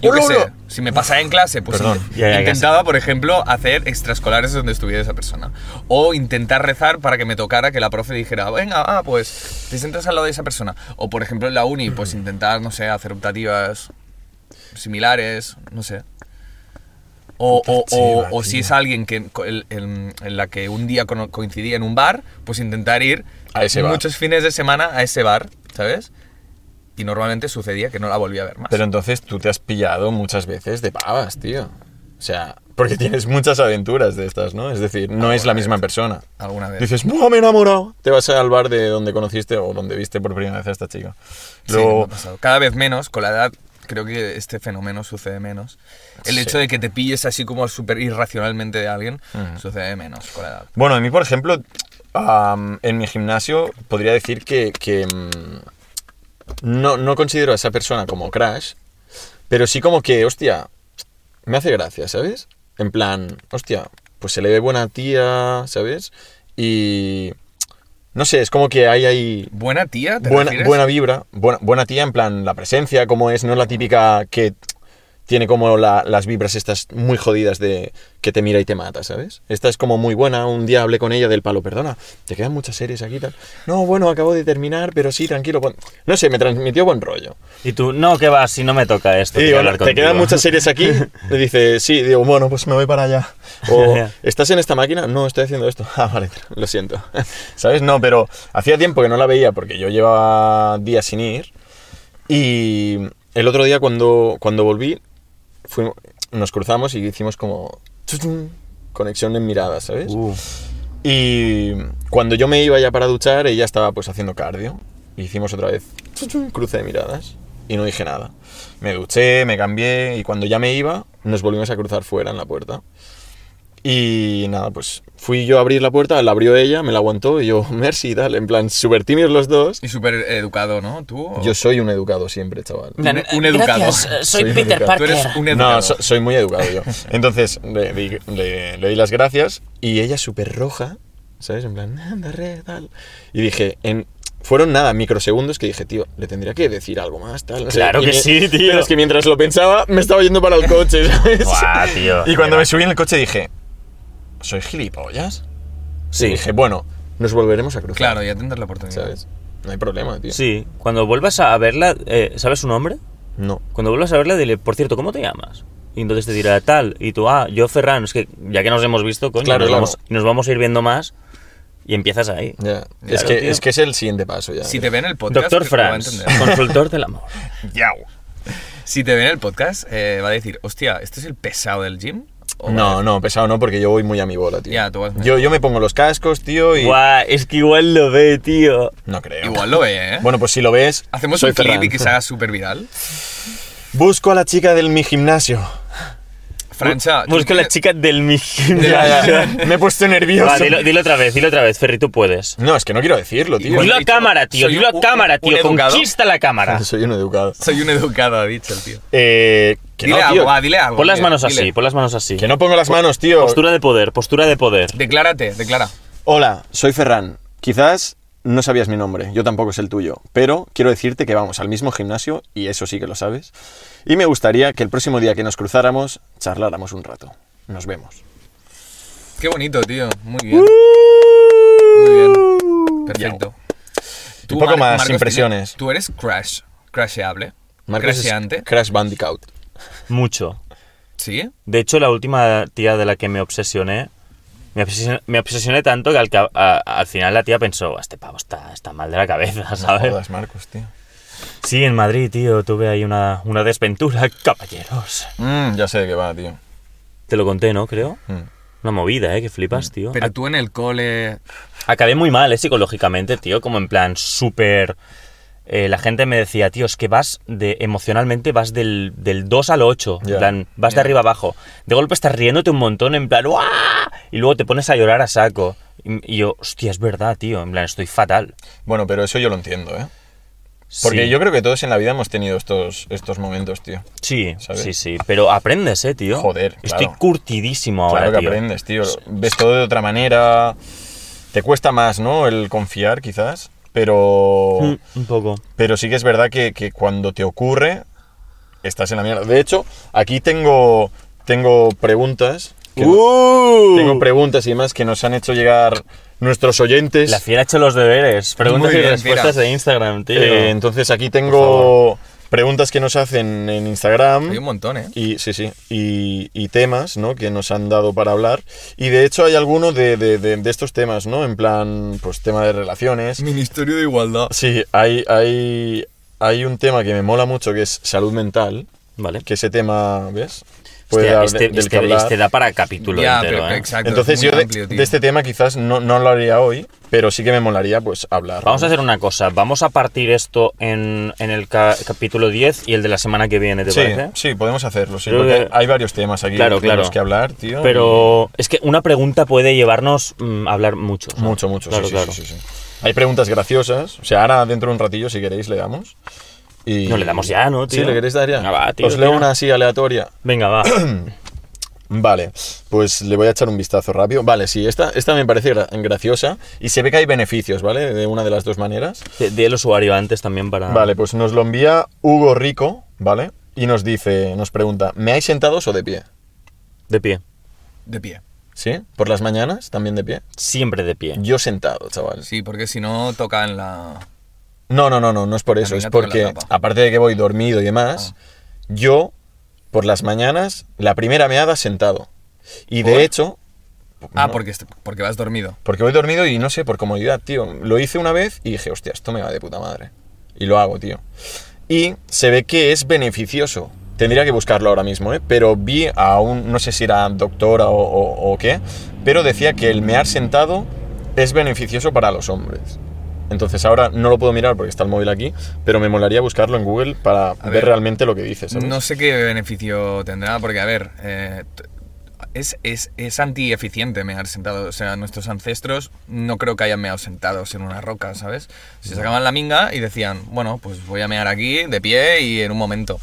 Speaker 2: Yo qué
Speaker 1: Hola,
Speaker 2: sé,
Speaker 1: hola.
Speaker 2: si me pasaba en clase, pues
Speaker 1: Perdón.
Speaker 2: int-
Speaker 3: Ya, ya, que
Speaker 2: intentaba, por ejemplo, hacer extraescolares donde estuviera esa persona. O intentar rezar para que me tocara que la profe dijera, venga, ah, pues te sientas al lado de esa persona. O, por ejemplo, en la uni, pues
Speaker 1: Mm.
Speaker 2: intentar, no sé, hacer optativas similares, no sé. O, o- o-
Speaker 1: Optativa,
Speaker 2: o si
Speaker 1: tío.
Speaker 2: es alguien que, co- el- el- en la que un día cono- coincidía en un bar, pues intentar ir
Speaker 1: A ese bar.
Speaker 2: muchos fines de semana a ese bar, ¿sabes? Y normalmente sucedía que no la volví a ver más.
Speaker 1: Pero entonces tú te has pillado muchas veces de pavas, tío. O sea, porque tienes muchas aventuras de estas, ¿no? Es decir, no es la misma persona.
Speaker 2: Alguna vez.
Speaker 1: Dices, ¡buah, me he enamorado! Te vas al bar de donde conociste o donde viste por primera vez a esta chica.
Speaker 2: Sí, me ha
Speaker 1: Luego,
Speaker 2: pasado. Cada vez menos, con la edad creo que este fenómeno sucede menos. El
Speaker 1: Sí.
Speaker 2: hecho de que te pilles así como súper irracionalmente de alguien
Speaker 1: Ujú.
Speaker 2: sucede menos con la edad.
Speaker 1: Bueno, a mí, por ejemplo, am, en mi gimnasio podría decir que, que, mm, no, no considero a esa persona como crash, pero sí como que, hostia, me hace gracia, ¿sabes? En plan, hostia, pues se le ve buena tía, ¿sabes? Y... No sé, es como que hay ahí
Speaker 2: ¿Buena tía? ¿Te
Speaker 1: buena,
Speaker 2: refieres?
Speaker 1: buena vibra, buena, buena tía, en plan, la presencia, como es, no es la típica que tiene como la- las vibras estas muy jodidas de que te mira y te mata, ¿sabes? Esta es como muy buena, un día hablé con ella del palo, perdona, te quedan muchas series aquí y tal. No, bueno, acabo de terminar, pero sí, tranquilo. pon-". No sé, me transmitió buen rollo.
Speaker 3: Y tú, no, que va, si no me toca esto.
Speaker 1: Y digo,
Speaker 3: quiero hablar
Speaker 1: te quedan
Speaker 3: contigo".
Speaker 1: muchas series
Speaker 3: (laughs)
Speaker 1: aquí, le dice, sí, digo, bueno, pues me voy para allá. O,
Speaker 3: Ya, ya.
Speaker 1: ¿estás en esta máquina? No, estoy haciendo esto. (laughs) Ah, vale, lo siento. (laughs) ¿Sabes? No, pero hacía tiempo que no la veía porque yo llevaba días sin ir. Y el otro día cuando, cuando volví, fuimos- nos cruzamos y hicimos como... chuchun, Conexión en miradas, ¿sabes?
Speaker 3: Uh,
Speaker 1: Y cuando yo me iba ya para duchar, ella estaba pues haciendo cardio. Hicimos otra vez chuchun, cruce de miradas y no dije nada. Me duché, me cambié y cuando ya me iba, nos volvimos a cruzar fuera en la puerta. Y nada, pues fui yo a abrir la puerta, la abrió ella, me la aguantó y yo, (laughs) merci y tal. En plan, súper tímidos los dos.
Speaker 2: Y súper educado, ¿no? ¿Tú? o-
Speaker 1: Yo soy un educado siempre, chaval.
Speaker 2: Un- un educado.
Speaker 3: Gracias, eh, soy,
Speaker 1: Soy un
Speaker 3: Peter
Speaker 1: educado.
Speaker 2: Tú
Speaker 3: Parker.
Speaker 2: eres un educado.
Speaker 1: No, so- soy muy educado (laughs) yo. Entonces le, di- le- le di las gracias y ella súper roja, ¿sabes? En plan, anda, re, tal. Y dije, en, fueron nada, microsegundos que dije, tío, le tendría que decir algo más, tal. no sé.
Speaker 3: Claro
Speaker 1: Y
Speaker 3: que sí, tío.
Speaker 1: Pero es que mientras lo pensaba, me estaba yendo para el coche, (laughs) ¿sabes?
Speaker 3: Buah,
Speaker 1: (laughs)
Speaker 3: tío.
Speaker 1: Y cuando me subí en el coche dije, ¿soy gilipollas? Y
Speaker 3: Sí,
Speaker 1: dije, bueno, nos volveremos a cruzar.
Speaker 2: Claro, ya tendrás la oportunidad.
Speaker 1: ¿Sabes? No hay problema, tío.
Speaker 3: sí. Cuando vuelvas a verla, eh, ¿sabes su nombre?
Speaker 1: No.
Speaker 3: Cuando vuelvas a verla, dile, por cierto, ¿cómo te llamas? Y entonces te dirá tal, y tú, ah, yo Ferran, es que ya que nos hemos visto, coño,
Speaker 1: Claro,
Speaker 3: nos,
Speaker 1: claro.
Speaker 3: Vamos, nos vamos a ir viendo más y empiezas ahí.
Speaker 1: Ya. es,
Speaker 3: Claro,
Speaker 1: que,
Speaker 3: tío.
Speaker 1: es que es el siguiente paso ya.
Speaker 2: Si te ven el podcast,
Speaker 3: Doctor
Speaker 2: te- lo va a
Speaker 3: Franz,
Speaker 2: entender. (laughs)
Speaker 3: consultor del amor.
Speaker 1: Yau.
Speaker 2: Si te ven el podcast, eh, va a decir, hostia, ¿este es el pesado del gym? O va a
Speaker 1: No, no, pesado no, porque yo voy muy a mi bola, tío.
Speaker 2: Ya, tú vas muy
Speaker 1: yo, yo me pongo los cascos, tío, y...
Speaker 3: Guau, es que igual lo ve, tío.
Speaker 1: No creo.
Speaker 2: decir, Igual lo ve, ¿eh?
Speaker 1: Bueno, pues si lo ves,
Speaker 2: Hacemos
Speaker 1: soy
Speaker 2: un clip
Speaker 1: Ferran.
Speaker 2: y que se haga súper viral.
Speaker 1: Busco a la chica del mi
Speaker 2: (laughs)
Speaker 1: gimnasio.
Speaker 2: Francha, tú
Speaker 3: Busco a la
Speaker 2: tienes-
Speaker 3: chica
Speaker 2: (laughs)
Speaker 3: del mi
Speaker 1: Ya, ya, (laughs) me he puesto nervioso.
Speaker 3: Va, dilo, dilo otra vez, dilo otra vez, Ferri, tú puedes.
Speaker 1: No, es que no quiero decirlo, tío.
Speaker 2: Igual-
Speaker 3: Dilo a
Speaker 2: he dicho,
Speaker 3: cámara, tío,
Speaker 2: soy
Speaker 3: dilo
Speaker 2: un-
Speaker 3: a cámara,
Speaker 2: un
Speaker 3: tío,
Speaker 2: educado.
Speaker 3: conquista
Speaker 2: (laughs)
Speaker 3: la cámara.
Speaker 1: (laughs) Soy un educado.
Speaker 2: Soy un educado, ha dicho el tío.
Speaker 1: Eh, que
Speaker 2: dile
Speaker 1: no,
Speaker 2: algo,
Speaker 1: tío.
Speaker 2: va, dile algo.
Speaker 3: Pon las
Speaker 2: dile,
Speaker 3: manos
Speaker 2: dile.
Speaker 3: así, pon las manos así.
Speaker 1: Que no pongo las manos, tío.
Speaker 3: Postura de poder, postura de poder.
Speaker 2: Declárate, declara.
Speaker 1: Hola, soy Ferran. Quizás no sabías mi nombre, yo tampoco sé el tuyo, pero quiero decirte que vamos al mismo gimnasio, y eso sí que lo sabes, y me gustaría que el próximo día que nos cruzáramos, charláramos un rato. Nos vemos.
Speaker 2: Qué bonito, tío. Muy bien. Muy bien. Perfecto.
Speaker 1: poco
Speaker 2: Mar-
Speaker 1: más,
Speaker 2: Marcos,
Speaker 1: impresiones.
Speaker 2: tienes- Tú eres crash, crasheable,
Speaker 1: Marcos es
Speaker 2: crasheante.
Speaker 1: Crash Bandicoot.
Speaker 3: Mucho.
Speaker 2: Sí.
Speaker 3: De hecho, la última tía de la que me obsesioné, me obsesioné, me obsesioné tanto que al, ca- a- al final la tía pensó, este pavo está, está mal de la cabeza, (laughs) ¿sabes?
Speaker 1: Jodas, Marcos, tío.
Speaker 3: sí, en Madrid, tío, tuve ahí una, una desventura, (laughs) caballeros.
Speaker 1: Mm, ya sé de qué va, tío.
Speaker 3: Te lo conté, ¿no? Creo.
Speaker 1: Mm.
Speaker 3: Una movida, ¿eh? Que flipas, tío.
Speaker 2: Pero tú en el cole.
Speaker 3: Acabé muy mal, ¿eh? psicológicamente, tío, como en plan súper... eh, la gente me decía, tío, es que vas de, emocionalmente vas del, del 2 al 8,
Speaker 1: Ya.
Speaker 3: en plan, vas
Speaker 2: Ya.
Speaker 3: de arriba abajo. De golpe estás riéndote un montón, en plan, ¡guau! Y luego te pones a llorar a saco. Y Y yo, hostia, es verdad, tío. En plan, estoy fatal.
Speaker 1: Bueno, pero eso yo lo entiendo, ¿eh? Porque
Speaker 3: Sí.
Speaker 1: yo creo que todos en la vida hemos tenido estos, estos momentos, tío.
Speaker 3: Sí,
Speaker 1: ¿Sabes?
Speaker 3: sí, sí. Pero aprendes, eh, tío.
Speaker 1: Joder,
Speaker 3: Estoy
Speaker 1: claro.
Speaker 3: curtidísimo ahora,
Speaker 1: claro que
Speaker 3: tío.
Speaker 1: aprendes, tío. Ves todo de otra manera. Te cuesta más, ¿no? El confiar, quizás. Pero.
Speaker 3: Mm, un poco.
Speaker 1: Pero sí que es verdad que, que cuando te ocurre, estás en la mierda. De hecho, aquí tengo, tengo preguntas. que no-
Speaker 3: ¡Uh!
Speaker 1: Tengo preguntas y demás que nos han hecho llegar nuestros oyentes.
Speaker 3: La fiera ha hecho los deberes. Preguntas
Speaker 2: Muy
Speaker 3: y
Speaker 2: bien,
Speaker 3: respuestas
Speaker 2: fiera.
Speaker 3: de Instagram, tío.
Speaker 1: Eh, entonces aquí tengo
Speaker 3: favor.
Speaker 1: preguntas que nos hacen en Instagram.
Speaker 2: Hay un montón, ¿eh?
Speaker 1: Y, sí, sí, y, y temas ¿no? que nos han dado para hablar. Y de hecho hay algunos de, de- de- de estos temas, ¿no? En plan, pues tema de relaciones.
Speaker 2: Ministerio de Igualdad.
Speaker 1: Sí, hay, hay, hay un tema que me mola mucho que es salud mental.
Speaker 3: Vale.
Speaker 1: Que ese tema, ¿ves? Puede
Speaker 3: Hostia,
Speaker 1: dar
Speaker 3: este,
Speaker 1: de- del
Speaker 3: este-
Speaker 1: que hablar.
Speaker 3: este da para capítulo
Speaker 2: Ya,
Speaker 3: entero,
Speaker 2: pero-
Speaker 3: eh.
Speaker 2: exacto.
Speaker 1: Entonces
Speaker 2: es muy
Speaker 1: yo de,
Speaker 2: amplio, tío.
Speaker 1: de este tema quizás no, no lo haría hoy, pero sí que me molaría pues hablar.
Speaker 3: Vamos
Speaker 1: ¿no?
Speaker 3: a hacer una cosa, vamos a partir esto en, en el ca- capítulo 10 y el de la semana que viene, ¿te
Speaker 1: Sí,
Speaker 3: parece?
Speaker 1: sí, podemos hacerlo, sí,
Speaker 3: Creo
Speaker 1: porque
Speaker 3: que-
Speaker 1: hay varios temas aquí
Speaker 3: Claro,
Speaker 1: que tenemos
Speaker 3: claro.
Speaker 1: que hablar, tío.
Speaker 3: Pero es que una pregunta puede llevarnos mm, a hablar mucho.
Speaker 1: y-
Speaker 3: ¿sabes?
Speaker 1: Mucho, mucho, sí,
Speaker 3: Claro,
Speaker 1: sí,
Speaker 3: claro.
Speaker 1: sí, sí, sí. Hay preguntas graciosas. O sea, ahora dentro de un ratillo, si queréis, le damos. Y...
Speaker 3: No, le damos ya, ¿no, tío?
Speaker 1: Sí, le queréis dar ya.
Speaker 3: Venga, va, tío,
Speaker 1: Os leo
Speaker 3: tira.
Speaker 1: una así aleatoria. (coughs)
Speaker 3: Venga, va.
Speaker 1: Vale, pues le voy a echar un vistazo rápido. Vale, sí, esta, esta me parece gra- graciosa y se ve que hay beneficios, ¿vale? De una de las dos maneras.
Speaker 3: Di di el usuario antes también para...
Speaker 1: Vale, pues nos lo envía Hugo Rico, ¿vale? Y nos dice, nos pregunta, ¿me hay sentados o de pie?
Speaker 3: De pie.
Speaker 2: De pie.
Speaker 1: ¿Sí? ¿Por las mañanas también de pie?
Speaker 3: Siempre de pie.
Speaker 1: Yo sentado, chaval.
Speaker 2: Sí, porque si no tocan la.
Speaker 1: No, no, no, no, no es por eso, es
Speaker 2: Caminata con la
Speaker 1: porque
Speaker 2: tapa. Ah.
Speaker 1: aparte de que voy dormido y demás, yo por las mañanas la primera meada sentado. Y de hecho,
Speaker 2: Ah,
Speaker 1: no,
Speaker 2: porque, est- porque vas dormido.
Speaker 1: Porque voy dormido y no sé, por comodidad, tío. Lo hice una vez y dije, hostia, esto me va de puta madre. Y lo hago, tío. Y se ve que es beneficioso. Tendría que buscarlo ahora mismo, ¿eh? Pero vi a un, no sé si era doctora o, o- o qué, pero decía que el mear sentado es beneficioso para los hombres. Entonces ahora no lo puedo mirar porque está el móvil aquí, pero me molaría buscarlo en Google para ver,
Speaker 2: ver.
Speaker 1: realmente lo que dice, ¿sabes?
Speaker 2: No sé qué beneficio tendrá, porque a ver, eh, t- es, es, es antieficiente mear sentado. O sea, nuestros ancestros no creo que hayan meado sentados en una roca, ¿sabes? Se sacaban la minga y decían, bueno, pues voy a mear aquí de pie y en un momento.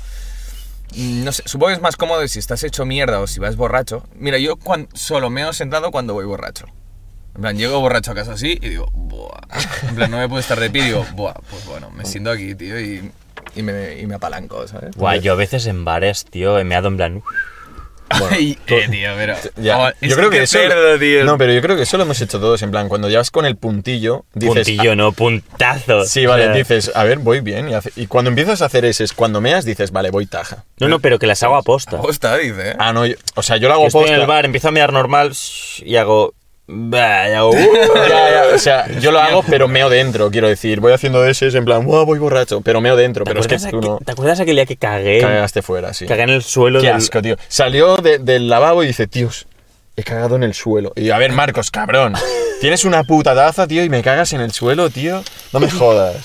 Speaker 2: Mm, No sé, supongo que es más cómodo si estás hecho mierda o si vas borracho. Mira, yo cuan- solo meo sentado cuando voy borracho. En plan, llego borracho a casa así y digo, buah. En plan, no me puedo estar de pie y digo, buah, pues bueno, me siento aquí, tío, y, y me, y me apalanco, ¿sabes?
Speaker 3: Guay, yo a veces en bares, tío, he meado en plan... "Uh,
Speaker 2: Ay, eh, tío, pero.
Speaker 1: Ya.
Speaker 2: Oh, es
Speaker 1: yo creo que,
Speaker 2: qué
Speaker 1: eso.
Speaker 2: cerdo, tío.
Speaker 1: No, pero yo creo que eso lo hemos hecho todos. En plan, cuando llevas con el puntillo, dices. ah".
Speaker 3: puntillo, no, puntazo.
Speaker 1: Sí,
Speaker 3: O
Speaker 1: vale,
Speaker 3: sea,
Speaker 1: dices, a ver, voy bien. Y, hace- y cuando empiezas a hacer ese, es cuando meas, dices, vale, voy taja.
Speaker 3: No, no, pero que las hago aposta.
Speaker 2: Posta, dice. ¿eh?
Speaker 1: Ah, no, yo- o sea, yo lo hago
Speaker 3: Yo estoy en
Speaker 1: posta.
Speaker 3: el bar, empiezo a mear normal shh, y hago... bah, y
Speaker 1: (laughs)
Speaker 3: hago, uh.
Speaker 1: (laughs) Ya, ya, o sea, yo lo hago, pero meo dentro, quiero decir. Voy haciendo ese, en plan, "Buah, voy borracho, pero meo dentro.
Speaker 3: ¿Te
Speaker 1: Pero es que
Speaker 3: acuerdas,
Speaker 1: tú no
Speaker 3: aquel- ¿Te acuerdas aquel día que cagué?
Speaker 1: cagaste fuera, sí.
Speaker 3: Cagué en el suelo
Speaker 1: Qué
Speaker 3: del-
Speaker 1: asco, tío. Salió de- del lavabo y dice, tíos, he cagado en el suelo. Y yo, a ver, Marcos, cabrón, tienes una puta taza, tío, y me cagas en el suelo, tío. No me jodas.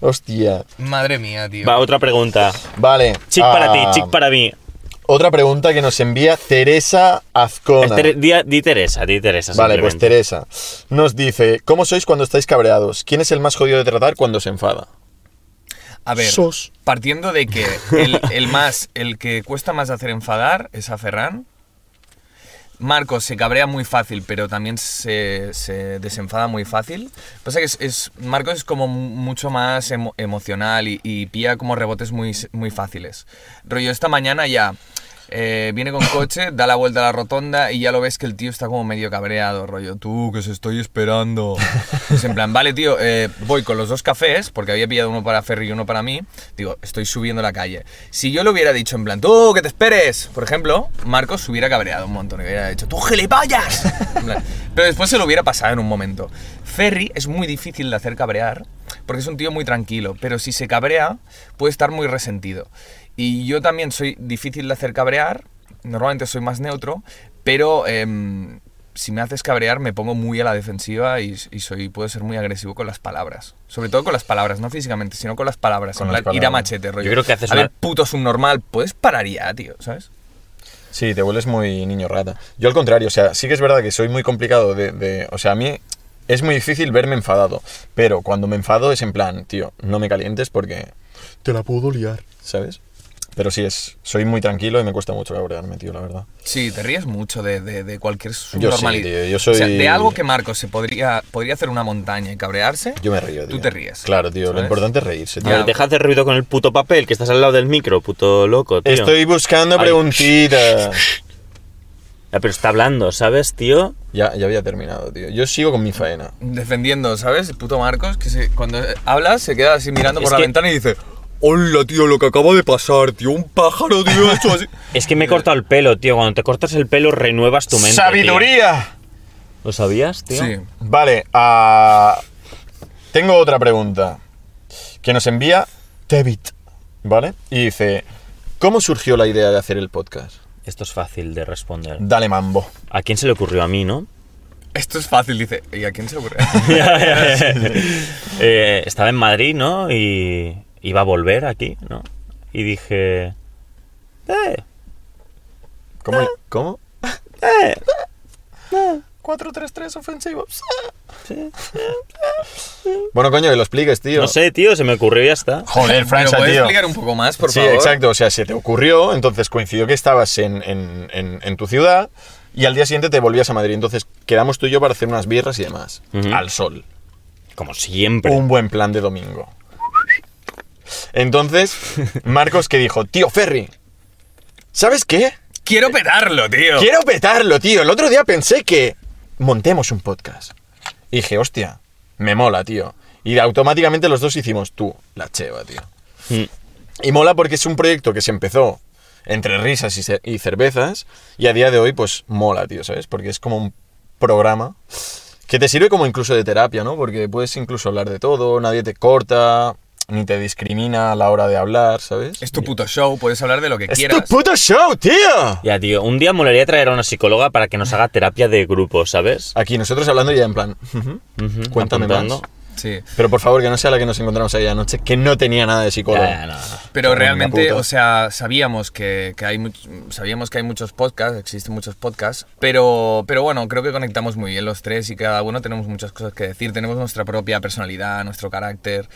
Speaker 1: Hostia.
Speaker 2: Madre mía, tío.
Speaker 3: Va, otra pregunta.
Speaker 1: Vale.
Speaker 3: Chic para ti,
Speaker 1: ah,
Speaker 3: chic para mí.
Speaker 1: Otra pregunta que nos envía Teresa Azcona.
Speaker 3: Es Tere- Este di, di Teresa, di Teresa.
Speaker 1: Vale, pues
Speaker 3: simplemente.
Speaker 1: Teresa nos dice, ¿cómo sois cuando estáis cabreados? ¿Quién es el más jodido de tratar cuando se enfada?
Speaker 2: A ver,
Speaker 1: Sos.
Speaker 2: partiendo de que el, el más, el que cuesta más hacer enfadar es a Ferran. Marcos se cabrea muy fácil, pero también se, se desenfada muy fácil. Pasa que es, es- Marcos es como mu- mucho más emo- emocional y, y pilla como rebotes muy, s- muy fáciles. Rollo, esta mañana ya eh, viene con coche, da la vuelta a la rotonda y ya lo ves que el tío está como medio cabreado. Rollo, tú, que os estoy esperando. Es en plan, vale, tío, eh, voy con los dos cafés, porque había pillado uno para Ferry y uno para mí. Digo, estoy subiendo la calle. Si yo le hubiera dicho en plan, tú, que te esperes, por ejemplo, Marcos se hubiera cabreado un montón y hubiera dicho, tú,
Speaker 1: (laughs)
Speaker 2: gilipollas. En plan, Pero después se lo hubiera pasado en un momento. Ferry es muy difícil de hacer cabrear, porque es un tío muy tranquilo, pero si se cabrea, puede estar muy resentido. Y yo también soy difícil de hacer cabrear, normalmente soy más neutro, pero em, si me haces cabrear me pongo muy a la defensiva y, y soy, puedo ser muy agresivo con las palabras. Sobre todo con las palabras, no físicamente, sino con las palabras.
Speaker 1: Con
Speaker 2: en
Speaker 1: las
Speaker 2: plan, ir a
Speaker 1: palabras.
Speaker 2: machete, rollo.
Speaker 3: Yo creo que haces
Speaker 2: A ver,
Speaker 3: una-
Speaker 2: puto subnormal, puedes parar ya, tío, ¿sabes?
Speaker 1: Sí, te vuelves muy niño rata. Yo al contrario, o sea, sí que es verdad que soy muy complicado de... de- o sea, a mí es muy difícil verme enfadado, pero cuando me enfado es en plan, tío, no me calientes porque te la puedo liar, ¿sabes? Pero sí, es, soy muy tranquilo y me cuesta mucho cabrearme, tío, la verdad.
Speaker 2: Sí, te ríes mucho de, de- de cualquier
Speaker 1: Yo sí,
Speaker 2: subnormalidad.
Speaker 1: tío, yo soy-
Speaker 2: O sea, de algo que Marcos se podría, podría hacer una montaña y cabrearse.
Speaker 1: Yo me río, tío.
Speaker 2: Tú te ríes.
Speaker 1: Claro, tío, lo
Speaker 2: ¿sabes? Ah,
Speaker 1: importante es reírse, tío.
Speaker 2: Ya.
Speaker 3: A ver, deja de hacer ruido con el puto papel que estás al lado del micro, puto loco, tío.
Speaker 1: Estoy buscando
Speaker 3: Ay.
Speaker 1: preguntitas.
Speaker 3: Ya, pero está hablando, ¿sabes, tío?
Speaker 1: ya, ya había terminado, tío. Yo sigo con mi faena.
Speaker 2: Defendiendo, ¿sabes? El puto Marcos, que se- cuando habla se queda así mirando
Speaker 3: Es
Speaker 2: por la
Speaker 3: que-
Speaker 2: ventana y dice: Hola, tío, lo que acaba de pasar, tío, un pájaro, tío, hecho
Speaker 1: (laughs)
Speaker 2: así.
Speaker 3: Es que me he cortado el pelo, tío. Cuando te cortas el pelo, renuevas tu mente. tío.
Speaker 1: ¡Sabiduría!
Speaker 3: ¿Lo sabías, tío?
Speaker 2: Sí.
Speaker 1: Vale, ah, tengo otra pregunta que nos envía David, ¿vale? Y dice, ¿cómo surgió la idea de hacer el podcast?
Speaker 3: Esto es fácil de responder.
Speaker 1: Dale mambo.
Speaker 3: ¿A quién se le ocurrió a mí, no?
Speaker 2: Esto es fácil, dice. ¿Y a quién se le ocurre?
Speaker 3: (laughs) Eh, estaba en Madrid, ¿no? Y iba a volver aquí, ¿no? Y dije... Eh,
Speaker 1: ¿Cómo? (laughs) ¿Cómo?
Speaker 3: eh,
Speaker 1: 433 ofensivo.
Speaker 3: sí.
Speaker 1: Bueno, coño, que lo expliques, tío.
Speaker 3: No sé, tío, se me ocurrió y ya está.
Speaker 1: (laughs) Joder,
Speaker 2: ¿Me
Speaker 1: Francha,
Speaker 2: lo puedes
Speaker 1: tío.
Speaker 2: explicar un poco más, por
Speaker 1: sí,
Speaker 2: favor?
Speaker 1: exacto. O sea, se te ocurrió, entonces coincidió que estabas en, en- en- en tu ciudad y al día siguiente te volvías a Madrid. Entonces quedamos tú y yo para hacer unas birras y demás.
Speaker 3: Ujú.
Speaker 1: Al sol.
Speaker 3: Como siempre.
Speaker 1: Un buen plan de domingo. Entonces, Marcos que dijo, tío Ferry, ¿sabes qué?
Speaker 2: Quiero petarlo, tío.
Speaker 1: Quiero petarlo, tío. El otro día pensé que montemos un podcast. Y dije, hostia, me mola, tío. Y automáticamente los dos hicimos tú, la cheva, tío.
Speaker 3: Mm.
Speaker 1: Y mola porque es un proyecto que se empezó entre risas y, ce- y cervezas y a día de hoy pues mola, tío, ¿sabes? Porque es como un programa que te sirve como incluso de terapia, ¿no? Porque puedes incluso hablar de todo, nadie te corta, ni te discrimina a la hora de hablar, ¿sabes?
Speaker 2: Es tu puto show, puedes hablar de lo que
Speaker 1: ¡Es
Speaker 2: quieras.
Speaker 1: tu puto show, tío!
Speaker 3: Ya, tío, un día molaría traer a una psicóloga para que nos haga terapia de grupo, ¿sabes?
Speaker 1: Aquí nosotros hablando ya en plan, ujú,
Speaker 3: Ujú,
Speaker 1: cuéntame
Speaker 3: apuntando.
Speaker 1: más.
Speaker 2: Sí.
Speaker 1: Pero por favor, que no sea la que nos encontramos aquella noche, que no tenía nada de psicólogo.
Speaker 3: Ya, ya, no, no.
Speaker 2: Pero
Speaker 1: Venga,
Speaker 2: realmente,
Speaker 1: puta.
Speaker 2: o sea, sabíamos que, que hay much- sabíamos que hay muchos podcasts, existen muchos podcasts, pero, pero bueno, creo que conectamos muy bien los tres y cada uno tenemos muchas cosas que decir, tenemos nuestra propia personalidad, nuestro carácter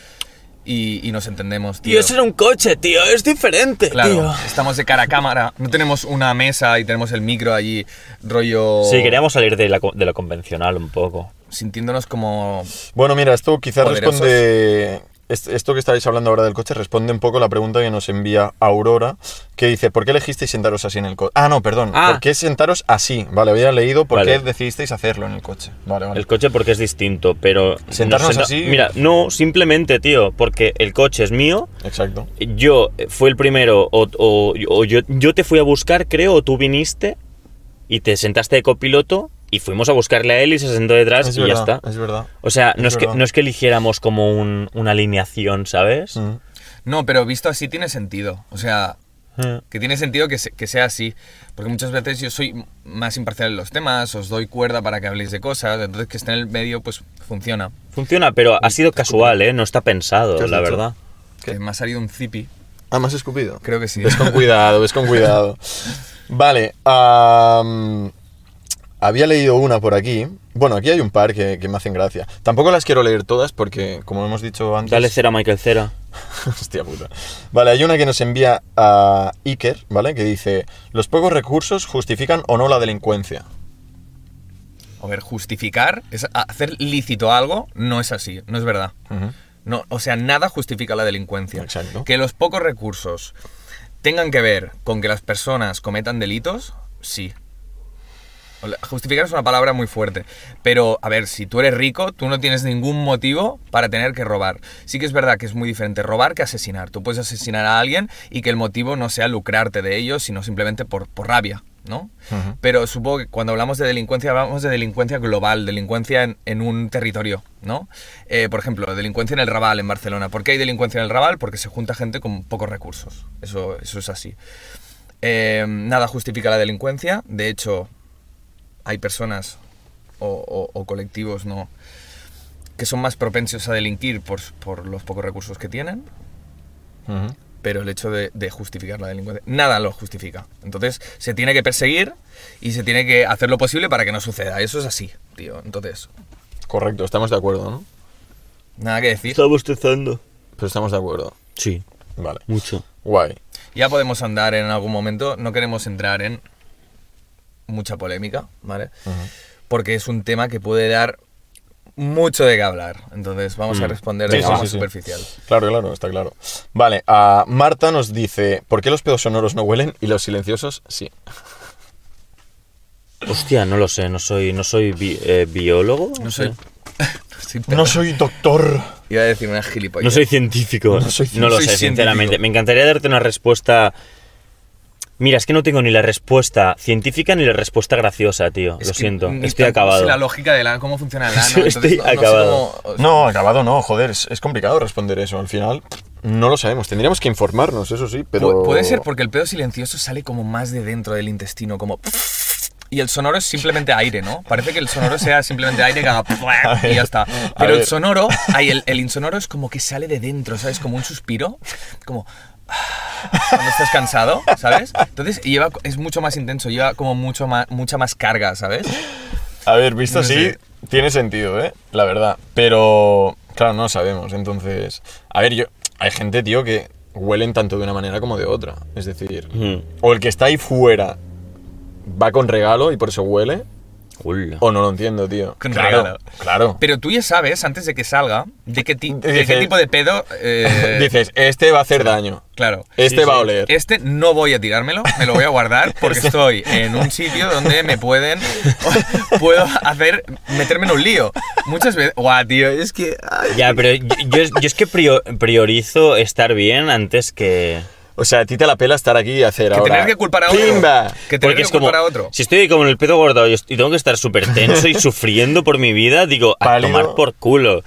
Speaker 2: y, y nos entendemos, tío.
Speaker 3: Tío, eso era un coche, tío, es diferente,
Speaker 2: Claro,
Speaker 3: tío.
Speaker 2: estamos de cara a cámara, no tenemos una mesa y tenemos el micro allí, rollo...
Speaker 3: Sí, queríamos salir de, la co- de lo convencional un poco.
Speaker 2: Sintiéndonos como...
Speaker 1: Bueno, mira, esto quizás
Speaker 2: Poderosos.
Speaker 1: responde. est- Esto que estáis hablando ahora del coche responde un poco a la pregunta que nos envía Aurora, que dice: ¿Por qué elegisteis sentaros así en el coche? Ah, no, perdón.
Speaker 3: Ah.
Speaker 1: ¿Por qué sentaros así? Vale, había leído por
Speaker 3: Vale.
Speaker 1: qué decidisteis hacerlo en el coche. Vale, vale.
Speaker 3: El coche porque es distinto, pero...
Speaker 1: Sentarnos
Speaker 3: nos
Speaker 1: así-
Speaker 3: Mira, no, simplemente, tío, porque el coche es mío,
Speaker 1: Exacto.
Speaker 3: yo eh, fui el primero, o, o- o yo, yo te fui a buscar, creo, o tú viniste y te sentaste de copiloto y fuimos a buscarle a él y se sentó detrás
Speaker 1: Es
Speaker 3: y
Speaker 1: verdad,
Speaker 3: ya está.
Speaker 1: Es verdad.
Speaker 3: O sea, no
Speaker 1: es
Speaker 3: es, que,
Speaker 1: verdad.
Speaker 3: no es que eligiéramos como un- una alineación, ¿sabes?
Speaker 1: Mm.
Speaker 2: No, pero visto así tiene sentido, o sea,
Speaker 3: Eh.
Speaker 2: Que tiene sentido que, se- que sea así, porque muchas veces yo soy m- más imparcial en los temas, os doy cuerda para que habléis de cosas, entonces que esté en el medio pues funciona.
Speaker 3: Funciona, pero
Speaker 1: Mm.
Speaker 3: ha sido casual, ¿eh? No está
Speaker 1: ¿Qué
Speaker 3: pensado,
Speaker 1: has
Speaker 3: la
Speaker 1: dicho?
Speaker 3: verdad.
Speaker 1: ¿Qué?
Speaker 2: Que me ha salido un zipi,
Speaker 1: Ah, ¿me has escupido?
Speaker 2: creo que sí.
Speaker 1: Ves con cuidado, ves con cuidado. Vale, am, había leído una por aquí. Bueno, aquí hay un par que, que me hacen gracia. Tampoco las quiero leer todas porque, como hemos dicho antes.
Speaker 3: Dale cera, Michael, cera.
Speaker 1: (laughs) Hostia puta. Vale, hay una que nos envía a Iker, ¿vale? Que dice: Los pocos recursos justifican o no la delincuencia.
Speaker 2: A ver, justificar, es hacer lícito algo, no es así, no es verdad.
Speaker 1: Ujú.
Speaker 2: No, o sea, nada justifica la delincuencia.
Speaker 1: Exacto.
Speaker 2: Que los pocos recursos tengan que ver con que las personas cometan delitos, sí. O la- Justificar es una palabra muy fuerte, pero a ver, si tú eres rico, tú no tienes ningún motivo para tener que robar. Sí que es verdad que es muy diferente robar que asesinar. Tú puedes asesinar a alguien y que el motivo no sea lucrarte de ello, sino simplemente por, por rabia, ¿no?
Speaker 1: Ujú.
Speaker 2: Pero supongo que cuando hablamos de delincuencia, hablamos de delincuencia global, delincuencia en, en un territorio, ¿no? Eh, por ejemplo, delincuencia en el Raval, en Barcelona. ¿Por qué hay delincuencia en el Raval? Porque se junta gente con pocos recursos. Eso, eso es así. Eh, nada justifica la delincuencia. De hecho, hay personas o, o- o colectivos no que son más propensos a delinquir por, por los pocos recursos que tienen
Speaker 1: Ujú.
Speaker 2: pero el hecho de, de justificar la delincuencia, nada lo justifica. Entonces, se tiene que perseguir y se tiene que hacer lo posible para que no suceda. Eso es así, tío. Entonces,
Speaker 1: Correcto, estamos de acuerdo, ¿no?
Speaker 2: Nada que decir.
Speaker 3: Está bostezando.
Speaker 1: Pero estamos de acuerdo.
Speaker 3: Sí,
Speaker 1: Vale.
Speaker 3: mucho.
Speaker 1: Guay.
Speaker 2: Ya podemos andar en algún momento. No queremos entrar en mucha polémica, ¿vale? Porque es un tema que puede dar mucho de qué hablar. Entonces vamos a responder
Speaker 1: Mm.
Speaker 2: de
Speaker 1: Sí, sí,
Speaker 2: forma
Speaker 1: sí, sí.
Speaker 2: superficial.
Speaker 1: Claro, claro, está claro. Vale, a Marta nos dice, ¿por qué los pedos sonoros no huelen y los silenciosos sí?
Speaker 3: Hostia, no lo sé, no soy, no soy bi- eh, biólogo.
Speaker 2: No (laughs) soy... no soy pedo.
Speaker 1: No soy doctor.
Speaker 2: Iba a decir una gilipollas.
Speaker 3: No soy científico.
Speaker 1: No soy
Speaker 2: soy
Speaker 3: lo sé,
Speaker 2: científico.
Speaker 3: sinceramente. Me encantaría darte una respuesta. Mira, es que no tengo ni la respuesta científica ni la respuesta graciosa, tío.
Speaker 2: Es
Speaker 3: lo
Speaker 2: que
Speaker 3: siento,
Speaker 2: ni
Speaker 3: estoy
Speaker 2: tampoco
Speaker 3: acabado.
Speaker 2: sé la lógica de la, cómo
Speaker 3: (laughs)
Speaker 2: funciona el ano.
Speaker 3: Estoy
Speaker 2: entonces no- no sé
Speaker 3: acabado.
Speaker 2: cómo- o sea,
Speaker 1: No, acabado no, joder, es, es complicado responder eso. Al final, no lo sabemos. Tendríamos que informarnos, eso sí, pero...
Speaker 2: Pu- Puede ser porque el pedo silencioso sale como más de dentro del intestino, como... (laughs) Y el sonoro es simplemente aire, ¿no? Parece que el sonoro sea simplemente aire
Speaker 3: (laughs)
Speaker 2: que haga (laughs) y ya está. Pero el
Speaker 1: ver.
Speaker 2: sonoro, ay, el, el insonoro es como que sale de dentro, ¿sabes? Como un suspiro, como... (sighs) Cuando estás cansado, ¿sabes? Entonces lleva, es mucho más intenso, lleva como mucho más, mucha más carga, ¿sabes?
Speaker 1: A ver, visto
Speaker 2: No
Speaker 1: así,
Speaker 2: sé.
Speaker 1: tiene sentido, ¿eh? La verdad. Pero, claro, no sabemos. Entonces, a ver, yo... Hay gente, tío, que huelen tanto de una manera como de otra. Es decir,
Speaker 3: Mm.
Speaker 1: o el que está ahí fuera va con regalo y por eso huele,
Speaker 3: Hola.
Speaker 1: o no lo entiendo, tío.
Speaker 2: Con
Speaker 1: claro,
Speaker 2: regalo.
Speaker 1: Claro.
Speaker 2: Pero tú ya sabes, antes de que salga, de qué, ti- de qué
Speaker 1: Dices-
Speaker 2: tipo de pedo...
Speaker 3: (laughs)
Speaker 2: eh,
Speaker 1: Dices, este va a hacer daño.
Speaker 2: Claro.
Speaker 1: Este
Speaker 3: Sí,
Speaker 1: va a
Speaker 3: sí.
Speaker 1: oler.
Speaker 2: Este no voy a tirármelo, me lo voy a
Speaker 3: (laughs)
Speaker 2: guardar porque estoy en un sitio donde me pueden. (laughs) Puedo hacer. meterme en un lío. Muchas veces. Guau, tío, es que. ay.
Speaker 3: Ya, pero yo, yo es- yo es que prio- priorizo estar bien antes que.
Speaker 1: O sea, a ti te la pela estar aquí y hacer
Speaker 2: Que
Speaker 1: ahora.
Speaker 2: tener que culpar a otro.
Speaker 1: ¡Pimba!
Speaker 2: Que tener
Speaker 3: Porque
Speaker 2: que
Speaker 3: es como,
Speaker 2: culpar a otro.
Speaker 3: si estoy como en el pedo guardado y est- y tengo que estar súper
Speaker 2: (laughs)
Speaker 3: tenso y sufriendo por mi vida, digo, a
Speaker 1: Pálido.
Speaker 3: tomar por culo.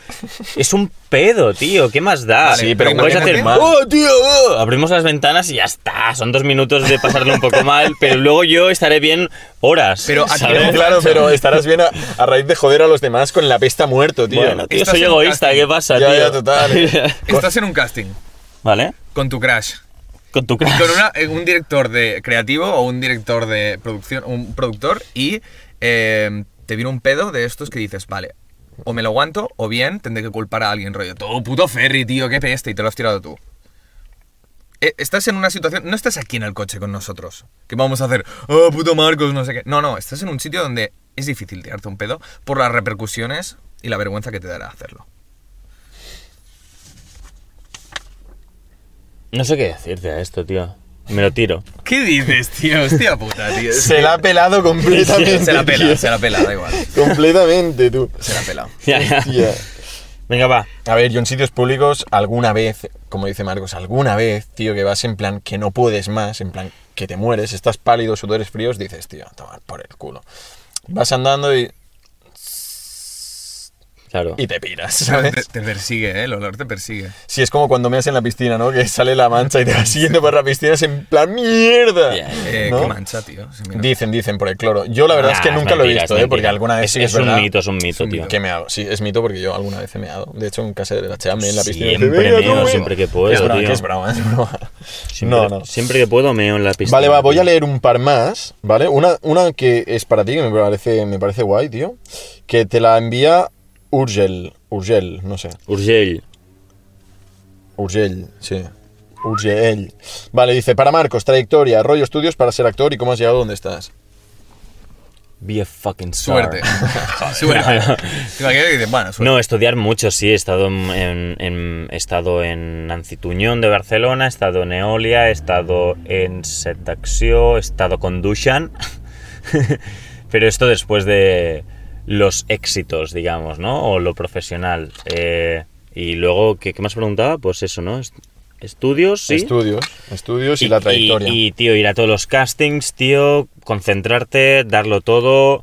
Speaker 3: Es un pedo, tío, ¿qué más da?
Speaker 2: Vale, Sí, pero
Speaker 3: puedes
Speaker 2: imagínate-
Speaker 3: hacer,
Speaker 1: mal.
Speaker 3: "Oh, tío, oh", abrimos las ventanas y ya está, son dos minutos de pasarlo un poco mal, (laughs) pero luego yo estaré bien horas.
Speaker 2: Pero aquí
Speaker 3: ¿sabes?
Speaker 2: no-
Speaker 1: Claro, pero estarás bien a, a raíz de joder a los demás con la pesta muerto, tío.
Speaker 3: Bueno, tío,
Speaker 2: Estás
Speaker 3: soy
Speaker 2: en un
Speaker 3: egoísta,
Speaker 2: casting.
Speaker 3: ¿qué pasa,
Speaker 1: Ya,
Speaker 3: tío?
Speaker 1: ya, total.
Speaker 2: Estás en un casting
Speaker 3: (laughs) ¿Vale?
Speaker 2: con tu crush.
Speaker 3: Con tu
Speaker 2: Y
Speaker 3: crush.
Speaker 2: con una- eh, un director de creativo o un director de producción. Un productor y. eh, te viene un pedo de estos que dices, vale. O me lo aguanto, o bien tendré que culpar a alguien, rollo. Todo puto ferry, tío, qué peste, y te lo has tirado tú. Eh, Estás en una situación, no estás aquí en el coche con nosotros, que vamos a hacer, oh, puto Marcos, no sé qué. No, no, estás en un sitio donde es difícil tirarte un pedo por las repercusiones y la vergüenza que te dará hacerlo.
Speaker 3: No sé qué decirte a esto, tío. Me lo tiro. (laughs)
Speaker 2: ¿Qué dices, tío? Hostia puta, tío.
Speaker 1: Se la ha pelado completamente. (laughs)
Speaker 2: se la pela,
Speaker 1: tío.
Speaker 2: se la pela, da igual.
Speaker 1: Completamente, tú.
Speaker 2: Se la pela.
Speaker 3: Ya, ya.
Speaker 1: Tía.
Speaker 3: Venga, va.
Speaker 1: A ver, yo en sitios públicos, alguna vez, como dice Marcos, alguna vez, tío, que vas en plan que no puedes más, en plan que te mueres, estás pálido, sudores fríos, dices, tío, toma por el culo. Vas andando y,
Speaker 3: Claro.
Speaker 1: y te piras,
Speaker 2: Te,
Speaker 3: (laughs)
Speaker 1: ¿sabes?
Speaker 2: te persigue, ¿eh? el olor te persigue.
Speaker 1: Si es como cuando meas en la piscina, ¿no? Que sale la mancha y te vas siguiendo por la piscina, es en plan, ¡mierda!
Speaker 3: Ya, ya.
Speaker 2: Eh,
Speaker 1: ¿No?
Speaker 2: Qué mancha, tío. Se mira.
Speaker 1: Dicen, dicen, por el cloro. Yo la verdad es que
Speaker 3: Nah,
Speaker 1: nunca lo he
Speaker 3: mentira,
Speaker 1: visto,
Speaker 3: Ah, es
Speaker 1: ¿eh?
Speaker 3: mentira.
Speaker 1: Porque alguna vez
Speaker 3: es,
Speaker 1: sí que
Speaker 3: es un
Speaker 1: verdad
Speaker 3: mito, es un mito, tío.
Speaker 1: Que me hago. Sí, es mito porque yo alguna vez he meado. De hecho, en casa de la chea me en la piscina.
Speaker 3: Siempre
Speaker 1: Venga, tú,
Speaker 3: meo,
Speaker 1: venga.
Speaker 3: siempre que puedo,
Speaker 1: Es broma,
Speaker 3: tío.
Speaker 1: que es broma, es broma.
Speaker 3: Siempre,
Speaker 1: no, no.
Speaker 3: Siempre que puedo meo en la piscina.
Speaker 1: Vale, va, voy
Speaker 3: tío.
Speaker 1: a leer un par más, ¿vale? Una, una que es para ti, que me parece, me parece guay, tío. Que te la envía Urgel. Urgel, no sé.
Speaker 3: Urgell.
Speaker 1: Urgel, sí. Urgel. Vale, dice, para Marcos, trayectoria, rollo estudios para ser actor y cómo has llegado donde estás.
Speaker 3: Be a fucking star. (laughs)
Speaker 2: Suerte. suerte. Te imaginas que dices, bueno, suerte.
Speaker 3: No, estudiar mucho, sí. He estado en, en- en- he estado en Ancituñón de Barcelona, he estado en Eolia, he estado en Setaxio, he estado con Dushan. (laughs) Pero esto después de los éxitos, digamos, ¿no? O lo profesional. Eh, y luego, ¿qué, qué más preguntaba? Pues eso, ¿no? Est- Estudios, sí.
Speaker 1: Estudios, estudios y, la trayectoria.
Speaker 3: Y, tío, ir a todos los castings, tío, concentrarte, darlo todo.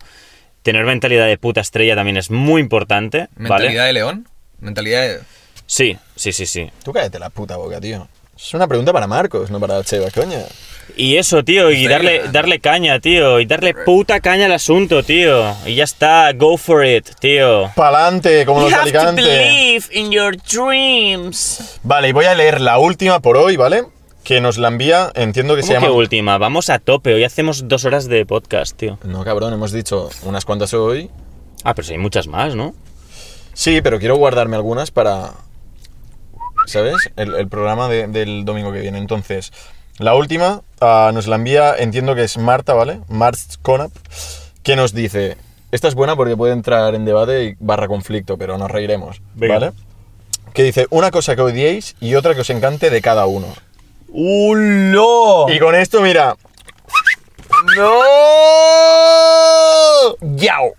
Speaker 3: Tener mentalidad de puta estrella también es muy importante,
Speaker 2: Mentalidad
Speaker 3: ¿vale?
Speaker 2: de león. Mentalidad de.
Speaker 3: Sí, sí, sí, sí.
Speaker 1: Tú cállate la puta boca, tío. Es una pregunta para Marcos, no para Cheva, coña.
Speaker 3: Y eso, tío, y
Speaker 2: Estoy
Speaker 3: darle,
Speaker 2: llorando.
Speaker 3: darle caña, tío, y darle puta caña al asunto, tío. Y ya está, go for it, tío.
Speaker 1: Pa'lante,
Speaker 3: (laughs)
Speaker 1: como los de Alicante.
Speaker 3: in your dreams.
Speaker 1: Vale, y voy a leer la última por hoy, ¿vale? Que nos la envía, entiendo que se
Speaker 3: ¿Cómo que
Speaker 1: llama...
Speaker 3: última? Vamos a tope, hoy hacemos dos horas de podcast, tío.
Speaker 1: No, cabrón, hemos dicho unas cuantas hoy.
Speaker 3: Ah, pero si hay muchas más, ¿no?
Speaker 1: Sí, pero quiero guardarme algunas para. ¿Sabes? El, el programa de- del domingo que viene. Entonces, la última ah, nos la envía, entiendo que es Marta, ¿vale? Marts Conap, que nos dice: Esta es buena porque puede entrar en debate y barra conflicto, pero nos reiremos,
Speaker 3: Venga.
Speaker 1: ¿vale? Que dice: Una cosa que odiéis y otra que os encante de cada uno.
Speaker 2: ¡Uh, no!
Speaker 1: Y con esto, mira.
Speaker 2: ¡No!
Speaker 1: ¡Yao!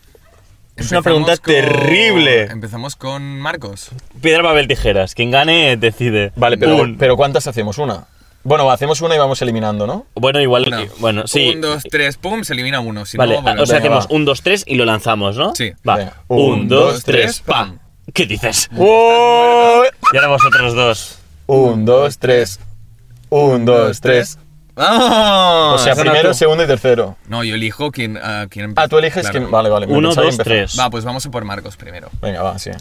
Speaker 2: Es
Speaker 3: una pregunta terrible.
Speaker 2: Empezamos con Marcos.
Speaker 3: Piedra, papel, tijeras. Quien gane decide.
Speaker 1: Vale, pero,
Speaker 3: Pum.
Speaker 1: pero ¿cuántas hacemos? Una. Bueno, hacemos una y vamos eliminando, ¿no?
Speaker 3: Bueno, igual.
Speaker 2: Una.
Speaker 3: Bueno, sí.
Speaker 2: Un, dos, tres, pum, se elimina uno. Si
Speaker 3: vale,
Speaker 2: no,
Speaker 3: a- o
Speaker 2: volvemos.
Speaker 3: sea,
Speaker 1: Venga,
Speaker 3: hacemos
Speaker 1: va.
Speaker 3: un, dos, tres y lo lanzamos, ¿no?
Speaker 2: Sí.
Speaker 3: Va.
Speaker 1: Venga.
Speaker 3: Un, dos, tres,
Speaker 2: pam.
Speaker 3: pam. ¿Qué dices?
Speaker 1: Uh. ¡Uy!
Speaker 3: Y ahora vosotros dos.
Speaker 1: Un, dos, tres. Un, dos, tres. O
Speaker 2: ¡Vamos!
Speaker 1: sea,
Speaker 2: Ah, Esa era
Speaker 1: primero,
Speaker 2: tú.
Speaker 1: segundo y tercero.
Speaker 2: No, yo elijo quién, ah, quién empieza.
Speaker 1: Ah, tú eliges
Speaker 2: Claro.
Speaker 1: quién. Vale, vale. me
Speaker 3: Uno,
Speaker 1: pensaba que
Speaker 3: dos,
Speaker 1: empezaba.
Speaker 3: tres.
Speaker 2: Va, pues vamos a por Marcos primero.
Speaker 1: Venga, va, sí.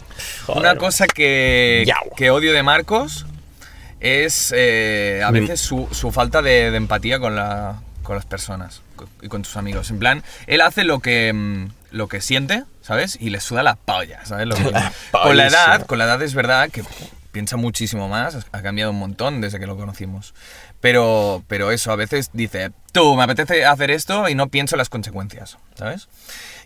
Speaker 3: Joder,
Speaker 2: Una cosa que,
Speaker 1: Yau.
Speaker 2: que odio de Marcos es eh, a veces su, su falta de, de empatía con, la, con las personas co- y con tus amigos. En plan, él hace lo que, mm, lo que siente, ¿sabes? Y le suda la polla, ¿sabes? Lo que- con la edad,
Speaker 1: pollísima.
Speaker 2: con la edad es verdad que pff, piensa muchísimo más, ha cambiado un montón desde que lo conocimos. Pero, pero eso, a veces dice, tú, me apetece hacer esto y no pienso las consecuencias, ¿sabes?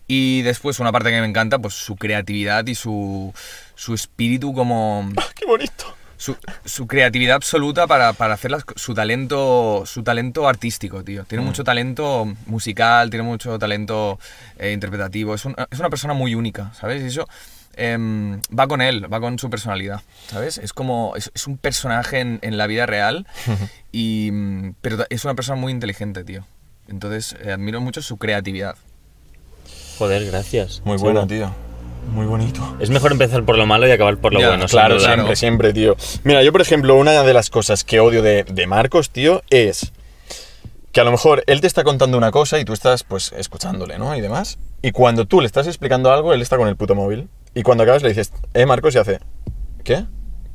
Speaker 2: Y después una parte que me encanta, pues su creatividad y su, su espíritu como...
Speaker 1: Ah, Qué bonito.
Speaker 2: Su, su creatividad absoluta para, para hacer las co- su talento su talento artístico, tío. Tiene mucho talento musical, tiene mucho talento eh, interpretativo. Es, un- es una persona muy única, ¿sabes? Y eso em, va con él, va con su personalidad, ¿sabes? Es como... Es, es un personaje en, en la vida real, y, mm, pero ta- es una persona muy inteligente, tío. Entonces, eh, admiro mucho su creatividad.
Speaker 3: Joder, gracias.
Speaker 1: Muy
Speaker 3: Sí,
Speaker 1: bueno,
Speaker 3: va.
Speaker 1: tío. Muy bonito.
Speaker 3: Es mejor empezar por lo malo y acabar por lo
Speaker 2: Ya,
Speaker 3: bueno. sin
Speaker 1: Ah, Claro,
Speaker 3: duda.
Speaker 1: siempre, siempre, tío. Mira, yo, por ejemplo, una de las cosas que odio de, de Marcos, tío, es que a lo mejor él te está contando una cosa y tú estás, pues, escuchándole, ¿no? Y demás. Y cuando tú le estás explicando algo, él está con el puto móvil. Y cuando acabas le dices, eh, Marcos, y hace, ¿qué?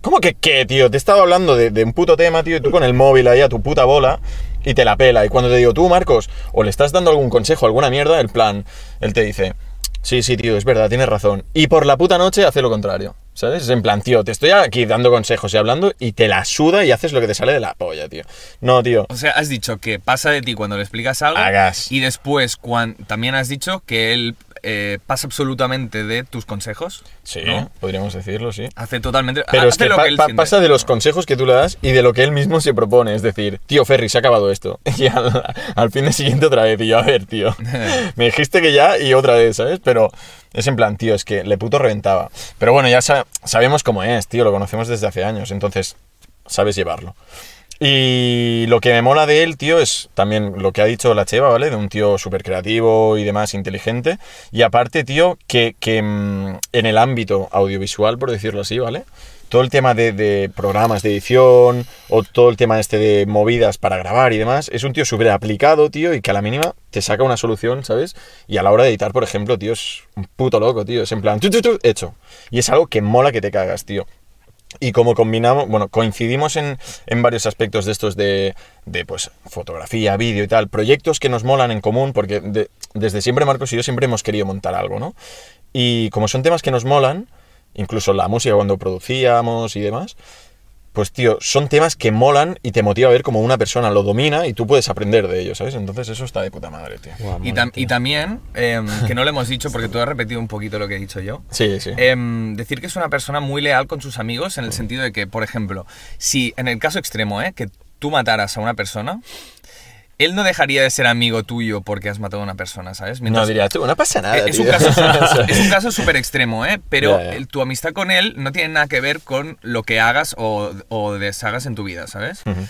Speaker 1: ¿Cómo que qué, tío? Te estaba hablando de, de un puto tema, tío, y tú con el móvil ahí a tu puta bola y te la pela. Y cuando te digo, tú, Marcos, o le estás dando algún consejo, alguna mierda, el plan, él te dice, sí, sí, tío, es verdad, tienes razón. Y por la puta noche hace lo contrario, ¿sabes? Es en plan, tío, te estoy aquí dando consejos y hablando y te la suda y haces lo que te sale de la polla, tío. No, tío.
Speaker 2: O sea, has dicho que pasa de ti cuando le explicas algo.
Speaker 1: Hagas.
Speaker 2: Y después, cuan- también has dicho que él eh, pasa absolutamente de tus consejos.
Speaker 1: Sí,
Speaker 2: ¿no?
Speaker 1: podríamos decirlo, sí.
Speaker 2: Hace totalmente.
Speaker 1: Pero
Speaker 2: hace
Speaker 1: es que,
Speaker 2: lo
Speaker 1: pa-
Speaker 2: que él
Speaker 1: pa-
Speaker 2: siente.
Speaker 1: pasa de los consejos que tú le das y de lo que él mismo se propone. Es decir, tío Ferry, se ha acabado esto. (laughs) Y al, al fin de siguiente otra vez. Y yo, a ver, tío.
Speaker 2: (laughs)
Speaker 1: me dijiste que ya y otra vez, ¿sabes? Pero es en plan, tío, es que le puto reventaba. Pero bueno, ya sa- sabemos cómo es, tío. Lo conocemos desde hace años. Entonces, sabes llevarlo. Y lo que me mola de él, tío, es también lo que ha dicho la Cheva, ¿vale? De un tío súper creativo y demás, inteligente. Y aparte, tío, que, que, mm, en el ámbito audiovisual, por decirlo así, ¿vale? Todo el tema de, de programas de edición o todo el tema este de movidas para grabar y demás, es un tío súper aplicado, tío, y que a la mínima te saca una solución, ¿sabes? Y a la hora de editar, por ejemplo, tío, es un puto loco, tío. Es en plan, tu, tu, tu, hecho. Y es algo que mola que te cagas, tío. Y como combinamos, bueno, coincidimos en, en varios aspectos de estos de, de, pues, fotografía, vídeo y tal, proyectos que nos molan en común, porque de- desde siempre Marcos y yo siempre hemos querido montar algo, ¿no? Y como son temas que nos molan, incluso la música cuando producíamos y demás, pues tío, son temas que molan y te motiva a ver cómo una persona lo domina y tú puedes aprender de ello, ¿sabes? Entonces eso está de puta madre, tío.
Speaker 3: Guau,
Speaker 2: Y,
Speaker 3: madre,
Speaker 2: tam-
Speaker 3: tío.
Speaker 2: y también, em, que no lo hemos dicho
Speaker 1: (laughs)
Speaker 2: porque tú has repetido un poquito lo que he dicho yo.
Speaker 1: Sí, sí.
Speaker 2: Em, decir que es una persona muy leal con sus amigos en el sentido de que, por ejemplo, si en el caso extremo, ¿eh? que tú mataras a una persona, él no dejaría de ser amigo tuyo porque has matado a una persona, ¿sabes?
Speaker 1: no
Speaker 2: Mientras-
Speaker 1: diría tú, no pasa nada.
Speaker 2: Eh, es, un
Speaker 1: Ah, tío".
Speaker 2: caso,
Speaker 1: (laughs)
Speaker 2: es un caso súper extremo, ¿eh? Pero
Speaker 1: Ya, ya.
Speaker 2: el- tu amistad con él no tiene nada que ver con lo que hagas o, o deshagas en tu vida, ¿sabes?
Speaker 1: Ujú.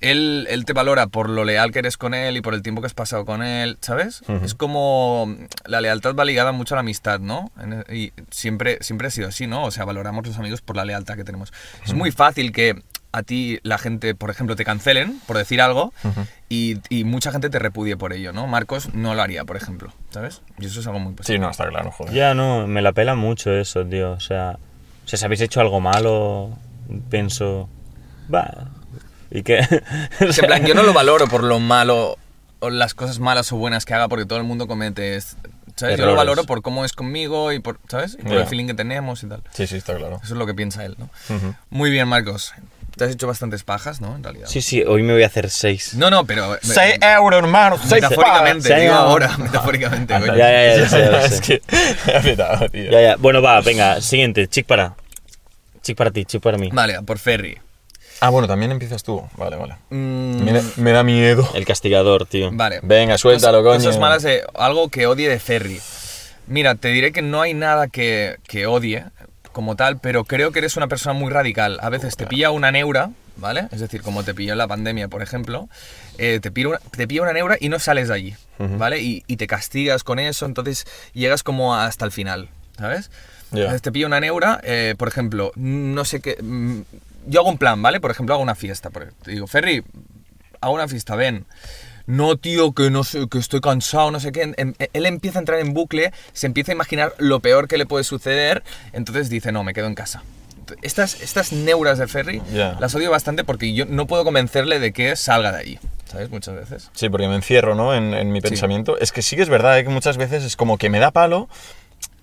Speaker 2: Él, él te valora por lo leal que eres con él y por el tiempo que has pasado con él, ¿sabes?
Speaker 1: Hmm.
Speaker 2: Es como mm, la lealtad va ligada mucho a la amistad, ¿no? En- e, Y siempre, siempre ha sido así, ¿no? O sea, valoramos los amigos por la lealtad que tenemos.
Speaker 1: Hmm.
Speaker 2: Es muy fácil que a ti la gente, por ejemplo, te cancelen por decir algo
Speaker 1: Hmm.
Speaker 2: y, y mucha gente te repudie por ello, ¿no? Marcos no lo haría, por ejemplo, ¿sabes? Y eso es algo muy positivo.
Speaker 1: Sí, no, está claro, joder.
Speaker 3: Ya no, me la pela mucho eso, tío. O sea, o sea, si habéis hecho algo malo, pienso. Va. ¿Y qué?
Speaker 2: Es (laughs)
Speaker 3: (laughs) O
Speaker 2: en
Speaker 1: (laughs)
Speaker 3: sea,
Speaker 2: plan, yo no lo valoro por lo malo o las cosas malas o buenas que haga porque todo el mundo comete es- ¿sabes? Yo lo
Speaker 1: Errores.
Speaker 2: valoro por cómo es conmigo y por, ¿sabes? Y por
Speaker 1: Ya.
Speaker 2: el feeling que tenemos y tal.
Speaker 1: Sí, sí, está claro.
Speaker 2: Eso es lo que piensa él, ¿no?
Speaker 1: Ujú.
Speaker 2: Muy bien, Marcos. Te has hecho bastantes pajas, ¿no? En realidad.
Speaker 3: Sí, sí, hoy me voy a hacer seis.
Speaker 2: No, no, pero... eh,
Speaker 1: Seis euros, hermano. seis
Speaker 2: Metafóricamente,
Speaker 3: seis
Speaker 2: digo
Speaker 3: pavos.
Speaker 2: ahora, (laughs) metafóricamente.
Speaker 3: Ya,
Speaker 2: coño. (laughs)
Speaker 3: ya, ya, lo sé, ya lo
Speaker 1: es
Speaker 3: sé.
Speaker 1: que he (laughs) apretado, tío.
Speaker 3: Ya, ya. Bueno, va, venga, siguiente, chick para. Chick para ti, chick para mí.
Speaker 2: Vale, por Ferry.
Speaker 1: Ah, bueno, también empiezas tú. Vale, vale.
Speaker 2: Mm,
Speaker 1: Me, da- me da miedo.
Speaker 3: El castigador, tío.
Speaker 2: vale.
Speaker 1: Venga, suéltalo,
Speaker 2: Cosas-
Speaker 1: coño.
Speaker 2: Cosas malas, de- algo que odie de Ferry. Mira, te diré que no hay nada que, que odie como tal, pero creo que eres una persona muy radical. A veces te pilla una neura, ¿vale? Es decir, como te pilló en la pandemia, por ejemplo, eh, te, pilla una, te pilla una neura y no sales de allí, ¿vale? Y, y te castigas con eso, entonces llegas como hasta el final, ¿sabes?
Speaker 1: Ya.
Speaker 2: Entonces te pilla una neura, eh, por ejemplo, no sé qué... mm, Yo hago un plan, ¿vale? Por ejemplo, hago una fiesta. por- Te digo, Ferry, hago una fiesta, ven. No, tío, que no sé, que estoy cansado, no sé qué. En- en- él empieza a entrar en bucle, se empieza a imaginar lo peor que le puede suceder, entonces dice, no, me quedo en casa. Estas, estas neuras de Ferry
Speaker 1: Ya.
Speaker 2: las odio bastante porque yo no puedo convencerle de que salga de allí, ¿sabes? Muchas veces.
Speaker 1: Sí, porque me encierro, ¿no? En, en mi pensamiento. Es que sí que es verdad ¿eh? que muchas veces es como que me da palo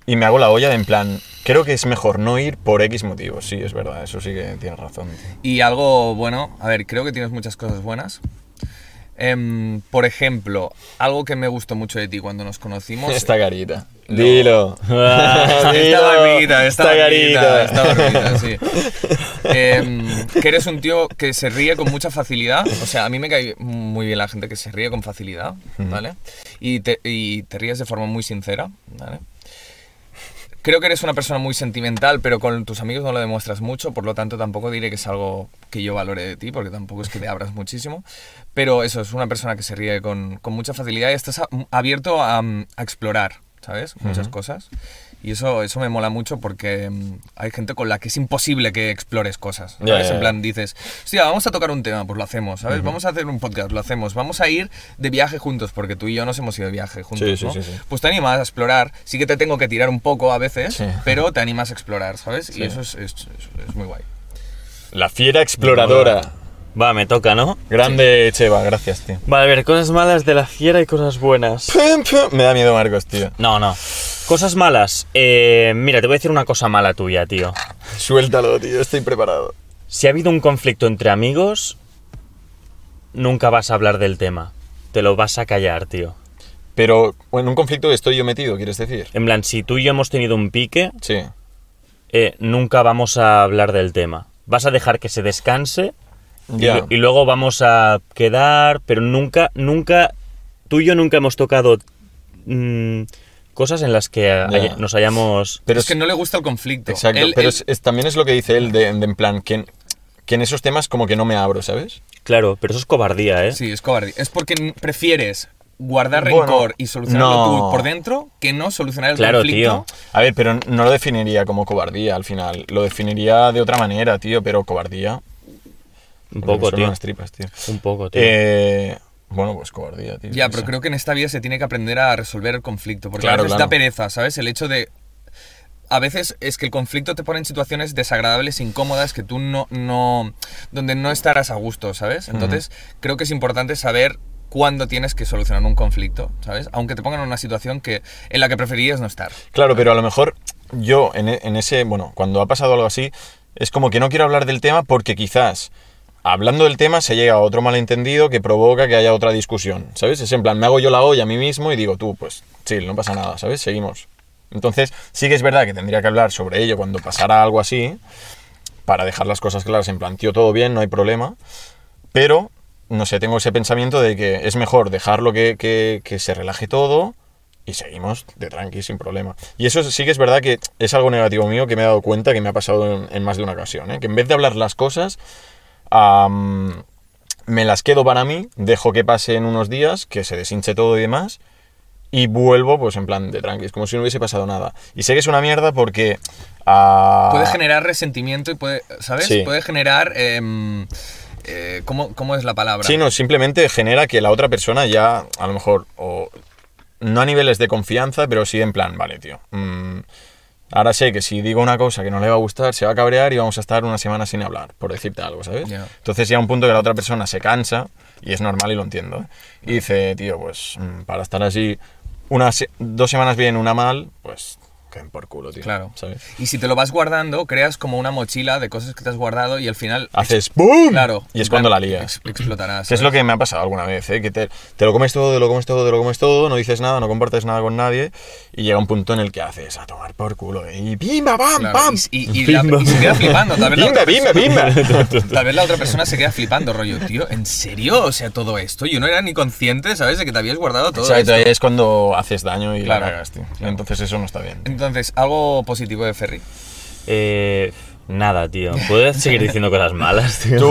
Speaker 1: y me hago la olla de en plan, creo que es mejor no ir por X motivos. Sí, es verdad, eso sí que tienes razón. tío.
Speaker 2: Y algo bueno, a ver, creo que tienes muchas cosas buenas. Em, por ejemplo, algo que me gustó mucho de ti cuando nos
Speaker 1: (laughs) (laughs)
Speaker 2: conocimos.
Speaker 1: Esta carita. Dilo.
Speaker 3: (laughs) Ah,
Speaker 2: Esta
Speaker 1: Dilo.
Speaker 2: barbita, esta
Speaker 1: Esta
Speaker 2: barbita,
Speaker 1: carita.
Speaker 2: esta barbita, sí. Em, que eres un tío que se ríe con mucha facilidad. O sea, a mí me cae muy bien la gente que se ríe con facilidad, ¿vale? Y te, y te ríes de forma muy sincera, ¿vale? Creo que eres una persona muy sentimental, pero con tus amigos no lo demuestras mucho, por lo tanto tampoco diré que es algo que yo valore de ti, porque tampoco es que te abras muchísimo. Pero eso, es una persona que se ríe con, con mucha facilidad y estás a- abierto a, mm, a explorar, ¿sabes? Muchas cosas. Y eso, eso me mola mucho porque mm, hay gente con la que es imposible que explores cosas. ¿sabes?
Speaker 1: Ya, ya,
Speaker 2: En
Speaker 1: ya.
Speaker 2: plan, dices, hostia, vamos a tocar un tema, pues lo hacemos, ¿sabes? Vamos a hacer un podcast, lo hacemos. Vamos a ir de viaje juntos, porque tú y yo nos hemos ido de viaje juntos,
Speaker 1: sí,
Speaker 2: ¿no?
Speaker 1: sí, sí.
Speaker 2: Pues te animas a explorar. Sí que te tengo que tirar un poco a veces,
Speaker 1: Sí.
Speaker 2: pero te animas a explorar, ¿sabes? Y eso es, es- es- es muy guay.
Speaker 1: La fiera exploradora.
Speaker 3: (laughs) Va, me toca, ¿no?
Speaker 1: Grande Cheva, gracias, tío.
Speaker 3: Vale, a ver, cosas malas de la fiera y cosas buenas.
Speaker 1: Pum, pum. Me da miedo Marcos, tío.
Speaker 3: No, no. Cosas malas. Eh, mira, te voy a decir una cosa mala tuya, tío.
Speaker 1: Suéltalo, tío, estoy preparado.
Speaker 3: Si ha habido un conflicto entre amigos, nunca vas a hablar del tema. Te lo vas a callar, tío.
Speaker 1: Pero en un conflicto estoy yo metido, ¿quieres decir?
Speaker 3: En plan, si tú y yo hemos tenido un pique,
Speaker 1: Sí.
Speaker 3: eh, nunca vamos a hablar del tema. Vas a dejar que se descanse y,
Speaker 1: Ya.
Speaker 3: y luego vamos a quedar, pero nunca, nunca, tú y yo nunca hemos tocado mm, cosas en las que eh,
Speaker 1: Ya.
Speaker 3: haya- nos hayamos...
Speaker 1: Pero
Speaker 2: es que no le gusta el conflicto.
Speaker 1: Exacto,
Speaker 2: Él-
Speaker 1: pero
Speaker 2: él-
Speaker 1: es- es- también es lo que dice él, de, de en plan, que en, que en esos temas como que no me abro, ¿sabes?
Speaker 3: Claro, pero eso es cobardía, ¿eh?
Speaker 2: Sí, es cobardía. Es porque n- prefieres guardar
Speaker 1: Bueno,
Speaker 2: rencor y solucionarlo
Speaker 1: no.
Speaker 2: tú por dentro que no solucionar el
Speaker 3: Claro,
Speaker 2: conflicto.
Speaker 3: tío.
Speaker 1: A ver, pero no lo definiría como cobardía al final, lo definiría de otra manera, tío, pero cobardía...
Speaker 3: Un
Speaker 1: me
Speaker 3: poco,
Speaker 1: suenan
Speaker 3: tío.
Speaker 1: las tripas, tío.
Speaker 3: Un poco, tío.
Speaker 1: Eh, bueno, pues cobardía, tío.
Speaker 2: Ya,
Speaker 1: no
Speaker 2: pero
Speaker 1: sé.
Speaker 2: creo que en esta vida se tiene que aprender a resolver el conflicto. Porque
Speaker 1: Claro,
Speaker 2: a veces
Speaker 1: claro.
Speaker 2: da pereza, ¿sabes? El hecho de. A veces es que el conflicto te pone en situaciones desagradables, incómodas, que tú no. no donde no estarás a gusto, ¿sabes? Entonces, creo que es importante saber cuándo tienes que solucionar un conflicto, ¿sabes? Aunque te pongan en una situación que, en la que preferirías no estar.
Speaker 1: Claro, pero a lo mejor yo en, e- en ese, bueno, cuando ha pasado algo así, es como que no quiero hablar del tema porque quizás hablando del tema se llega a otro malentendido que provoca que haya otra discusión, ¿sabes? Es en plan, me hago yo la olla a mí mismo y digo, tú, pues chill, no pasa nada, ¿sabes? Seguimos. Entonces, sí que es verdad que tendría que hablar sobre ello cuando pasara algo así, para dejar las cosas claras, en plan, tío, todo bien, no hay problema, pero, no sé, tengo ese pensamiento de que es mejor dejarlo que, que, que se relaje todo y seguimos de tranqui sin problema. Y eso sí que es verdad que es algo negativo mío que me he dado cuenta que me ha pasado en, en más de una ocasión. ¿eh? Que en vez de hablar las cosas, am, me las quedo para mí, dejo que pasen unos días, que se deshinche todo y demás, y vuelvo pues en plan de tranqui, es como si no hubiese pasado nada. Y sé que es una mierda porque... ah,
Speaker 2: Puede generar resentimiento y puede, ¿sabes?
Speaker 1: Sí.
Speaker 2: Puede generar... em, eh, ¿cómo, cómo es la palabra?
Speaker 1: Sí, no, simplemente genera que la otra persona ya, a lo mejor, o no a niveles de confianza, pero sí en plan, vale, tío. mm, ahora sé que si digo una cosa que no le va a gustar, se va a cabrear y vamos a estar una semana sin hablar, por decirte algo, ¿sabes?
Speaker 2: Ya.
Speaker 1: Entonces ya a un punto que la otra persona se cansa, y es normal y lo entiendo, ¿eh? y dice, tío, pues mm, para estar así una se- dos semanas bien, una mal, pues caen por culo, tío.
Speaker 2: Claro.
Speaker 1: ¿Sabes?
Speaker 2: Y si te lo vas guardando, creas como una mochila de cosas que te has guardado y al final.
Speaker 1: Haces ¡boom!
Speaker 2: Claro.
Speaker 1: Y es cuando la
Speaker 2: ex-
Speaker 1: lías.
Speaker 2: explotarás. eh,
Speaker 1: Que es lo que me ha pasado alguna vez, ¿eh? que te, te lo comes todo, te lo comes todo, te lo comes todo, no dices nada, no compartes nada con nadie y llega un punto en el que haces a tomar por culo ¿eh? y pimba, pam,
Speaker 2: Claro,
Speaker 1: pam.
Speaker 2: y-
Speaker 1: (laughs)
Speaker 2: Y, y la- y se queda flipando. Tal vez, la
Speaker 1: Pimba,
Speaker 2: otra,
Speaker 1: pimba, pimba.
Speaker 2: (laughs) tal vez la otra persona se queda flipando, rollo, tío, ¿en serio? O sea, todo esto. Yo no era ni consciente, ¿sabes? De que te habías guardado todo.
Speaker 1: Exacto, ahí
Speaker 2: esto.
Speaker 1: es cuando haces daño y
Speaker 2: Claro,
Speaker 1: la cagas, tío.
Speaker 2: claro.
Speaker 1: Entonces eso no está bien.
Speaker 2: Entonces, algo positivo de Ferry.
Speaker 3: Eh, nada, tío. Puedes seguir diciendo cosas malas, tío.
Speaker 1: ¡Tú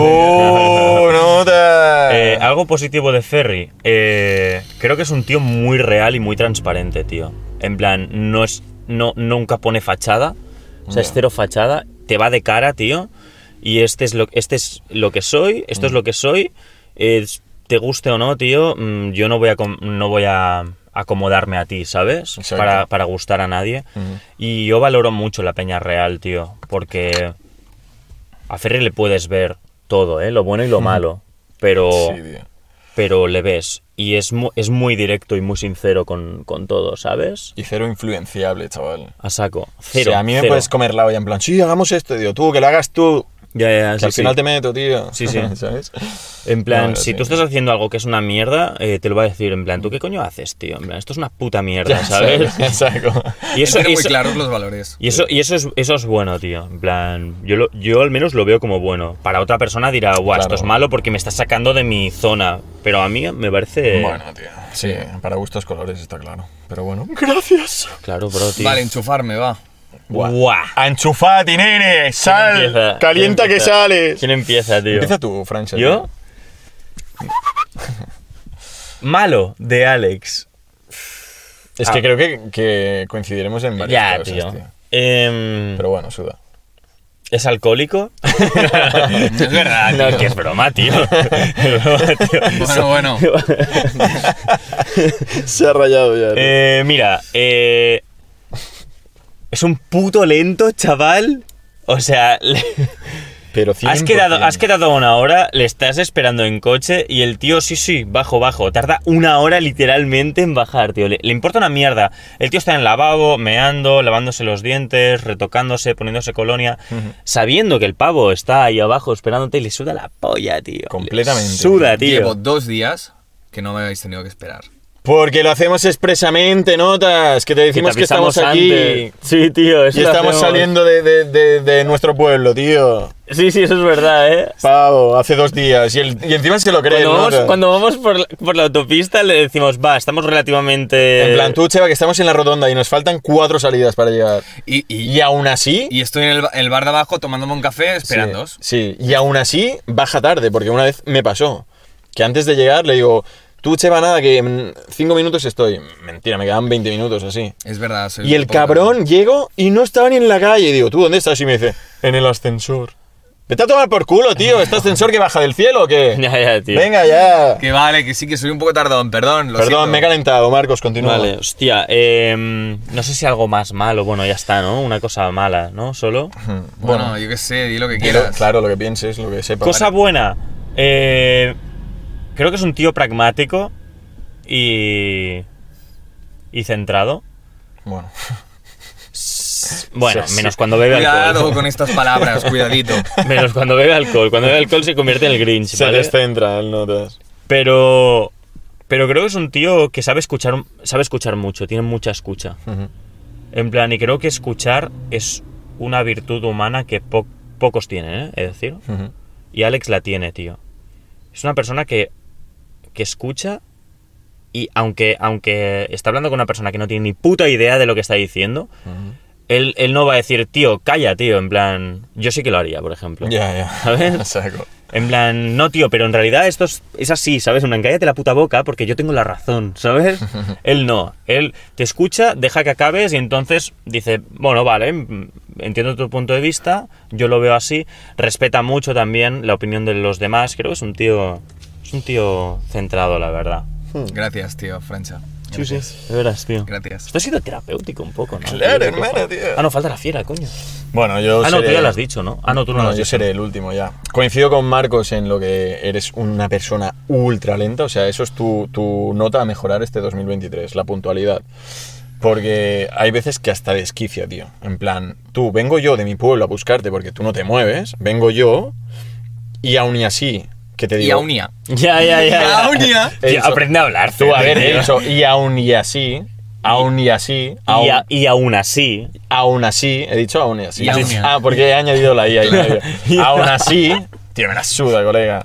Speaker 3: (laughs)
Speaker 1: no te...
Speaker 3: Eh, algo positivo de Ferry. eh, creo que es un tío muy real y muy transparente, tío. En plan, no es, no, nunca pone fachada. O sea, es
Speaker 1: Ya.
Speaker 3: cero fachada. Te va de cara, tío. Y este es lo, este es lo que soy, esto
Speaker 1: Mm.
Speaker 3: es lo que soy. es- te guste o no, tío, mm, yo no voy a, com- no voy a acomodarme a ti, ¿sabes?
Speaker 1: Exacto.
Speaker 3: Para, para gustar a nadie.
Speaker 1: Ujú.
Speaker 3: Y yo valoro mucho la peña real, tío. Porque a Ferry le puedes ver todo, ¿eh? Lo
Speaker 1: (laughs)
Speaker 3: bueno y lo malo. Pero,
Speaker 1: Sí, tío.
Speaker 3: pero le ves. Y es, mu- es muy directo y muy sincero con, con todo, ¿sabes?
Speaker 1: Y cero influenciable, chaval.
Speaker 3: A saco.
Speaker 1: o
Speaker 3: Cero.
Speaker 1: sea, a mí me
Speaker 3: cero.
Speaker 1: puedes comer la olla en plan, sí, hagamos esto, y digo, tú, que lo hagas tú.
Speaker 3: Ya, ya,
Speaker 1: Que
Speaker 3: sí,
Speaker 1: al
Speaker 3: sí.
Speaker 1: final te meto, tío.
Speaker 3: Sí, sí.
Speaker 1: (laughs) ¿Sabes?
Speaker 3: En plan,
Speaker 1: No,
Speaker 3: si
Speaker 1: sí.
Speaker 3: tú estás haciendo algo que es una mierda, eh, te lo va a decir. En plan, ¿tú qué coño haces, tío? En plan, esto es una puta
Speaker 1: (laughs)
Speaker 3: mierda,
Speaker 1: Ya,
Speaker 3: ¿sabes?
Speaker 1: Ya saco.
Speaker 3: (laughs) Y eso,
Speaker 2: Tiene muy
Speaker 3: eso-
Speaker 2: claros los valores.
Speaker 3: Y eso, y eso es, eso es bueno, tío. En plan, yo, lo- yo al menos lo veo como bueno. Para otra persona dirá, guau, esto
Speaker 1: Claro.
Speaker 3: es malo porque me está sacando de mi zona. Pero a mí me parece.
Speaker 1: Bueno, tío. Sí, para gustos colores, está claro. Pero bueno. Gracias.
Speaker 3: Claro, bro, tío.
Speaker 2: Vale,
Speaker 1: (laughs)
Speaker 2: enchufarme, va.
Speaker 3: Guau.
Speaker 1: Anchufati, nene. Sal.
Speaker 3: ¿Quién empieza?
Speaker 1: Eh, Calienta
Speaker 3: ¿Quién
Speaker 1: que
Speaker 3: empieza?
Speaker 1: sales.
Speaker 3: ¿Quién empieza, tío?
Speaker 1: Empieza tú, Francia.
Speaker 3: ¿Yo? Malo de Alex.
Speaker 1: Es que creo que, que coincidiremos en varias
Speaker 3: Ya,
Speaker 1: Ah. cosas,
Speaker 3: tío. Em,
Speaker 1: Pero bueno, suda.
Speaker 3: ¿Es (laughs) alcohólico?
Speaker 2: Es verdad, tío.
Speaker 3: No, que es broma, tío. Es broma, tío.
Speaker 2: Bueno,
Speaker 1: (laughs)
Speaker 2: bueno.
Speaker 1: Se ha rayado ya. tío.
Speaker 3: (laughs) Eh, mira, eh, es un puto lento, chaval. O sea, le-
Speaker 1: Pero
Speaker 3: has,
Speaker 1: 100%.
Speaker 3: quedado, has quedado una hora, le estás esperando en coche y el tío, sí, sí, bajo, bajo. Tarda una hora literalmente en bajar, tío. Le, le importa una mierda. El tío está en el lavabo, meando, lavándose los dientes, retocándose, poniéndose colonia, sabiendo que el pavo está ahí abajo esperándote y le suda la polla, tío. Le
Speaker 1: Completamente,
Speaker 3: suda, tío.
Speaker 2: Llevo dos días que no me habéis tenido que esperar.
Speaker 1: Porque lo hacemos expresamente, notas. Que te
Speaker 3: Que te
Speaker 1: decimos que, estamos
Speaker 3: avisamos
Speaker 1: aquí.
Speaker 3: antes. Sí, tío, eso
Speaker 1: Y
Speaker 3: lo
Speaker 1: estamos
Speaker 3: hacemos.
Speaker 1: saliendo de, de- de- de nuestro pueblo, tío.
Speaker 3: Sí, sí, eso es verdad, ¿eh?
Speaker 1: Pavo, hace dos días. Y, el- y encima se lo creen,
Speaker 3: Cuando vamos,
Speaker 1: nota.
Speaker 3: cuando vamos por, la, por la autopista le decimos, va, estamos relativamente...
Speaker 1: En plan, tú, Cheva, que estamos en la rotonda y nos faltan cuatro salidas para llegar.
Speaker 2: Y, y,
Speaker 1: Y aún así...
Speaker 2: y estoy en el, ba- el bar de abajo tomándome un café esperando.
Speaker 1: Eh, Sí, sí. y aún así baja tarde, porque una vez me pasó que antes de llegar le digo, tú, Cheva, nada, que en cinco minutos estoy. Mentira, me quedan 20 minutos así.
Speaker 2: Es verdad. soy
Speaker 1: Y
Speaker 2: un
Speaker 1: el
Speaker 2: poco-
Speaker 1: cabrón llego y no estaba ni en la calle. Y digo, ¿tú dónde estás? Y me dice, en el ascensor. Vete a tomar por culo, tío. ¿Este ascensor que baja del cielo o qué?
Speaker 3: (laughs) (laughs) Ya, ya, tío.
Speaker 1: Venga ya.
Speaker 2: Que vale, que sí, que soy un poco tardón, perdón. Lo
Speaker 1: Perdón,
Speaker 2: siento.
Speaker 1: me he calentado, Marcos, continúa.
Speaker 3: Vale, hostia, eh, no sé si algo más malo, bueno, ya está, ¿no? Una cosa mala, ¿no? Solo.
Speaker 2: Bueno, yo qué sé, di lo que
Speaker 1: Lo-
Speaker 2: quieras.
Speaker 1: claro, lo que pienses, lo que sepas.
Speaker 3: Cosa buena, eh, creo que es un tío pragmático y... y centrado.
Speaker 1: Bueno,
Speaker 3: Bueno,
Speaker 1: Sí, sí.
Speaker 3: menos cuando bebe
Speaker 2: Cuidado
Speaker 3: alcohol.
Speaker 2: con estas palabras, cuidadito.
Speaker 3: (laughs) Menos cuando bebe alcohol. Cuando bebe alcohol se convierte en el Grinch,
Speaker 1: se
Speaker 3: ¿vale?
Speaker 1: descentra el notas.
Speaker 3: Pero. Pero creo que es un tío que sabe escuchar, sabe escuchar mucho, tiene mucha escucha.
Speaker 1: Ujú.
Speaker 3: En plan, y creo que escuchar es una virtud humana que po- pocos tienen, ¿eh? Es decir,
Speaker 1: Ujú.
Speaker 3: y Alex la tiene, tío. Es una persona que, que escucha y aunque, aunque está hablando con una persona que no tiene ni puta idea de lo que está diciendo, él, él no va a decir, tío, calla, tío, en plan, yo sí que lo haría, por ejemplo.
Speaker 1: Ya, ya. (laughs)
Speaker 3: ¿Sabes?
Speaker 1: Saco.
Speaker 3: En plan, no, tío, pero en realidad esto es, es así, ¿sabes? En plan, cállate la puta boca porque yo tengo la razón,
Speaker 1: (laughs)
Speaker 3: ¿sabes? él no. Él te escucha, deja que acabes y entonces dice, bueno, vale, mm, entiendo tu punto de vista, yo lo veo así. Respeta mucho también la opinión de los demás. Creo que es un tío, es un tío centrado, la verdad.
Speaker 2: Gracias, tío, Francha.
Speaker 3: sí. De veras, tío.
Speaker 2: Gracias.
Speaker 3: Esto ha sido terapéutico un poco, ¿no?
Speaker 1: Claro, hermano, tío.
Speaker 3: Ah, no, falta la fiera, coño.
Speaker 1: Bueno, yo
Speaker 3: Ah, no,
Speaker 1: seré-
Speaker 3: tú ya lo has dicho, ¿no? Ah, no, tú no, lo
Speaker 1: No,
Speaker 3: has
Speaker 1: yo
Speaker 3: dicho.
Speaker 1: seré el último ya. Coincido con Marcos en lo que eres una persona ultra lenta, o sea, eso es tu, tu nota a mejorar este 2023, la puntualidad. Porque hay veces que hasta desquicia, tío. En plan, tú, vengo yo de mi pueblo a buscarte porque tú no te mueves, vengo yo y aún y así, que te digo...
Speaker 2: Y aún ya.
Speaker 3: (laughs) Ya, ya, ya. (laughs) ya.
Speaker 2: Aún ya.
Speaker 3: Tío,
Speaker 1: Eso.
Speaker 3: aprende a ¿eh? hablar.
Speaker 1: Tú, a
Speaker 3: (laughs)
Speaker 1: ver,
Speaker 3: tío.
Speaker 1: he dicho, y aún y así, aún y así, aún,
Speaker 3: Y, a- y aún así.
Speaker 1: aún así, he dicho aún y así.
Speaker 2: Y aún y-
Speaker 1: ah, porque he añadido la i ahí. no (laughs) había. aún así, tío, me la (laughs) suda, colega.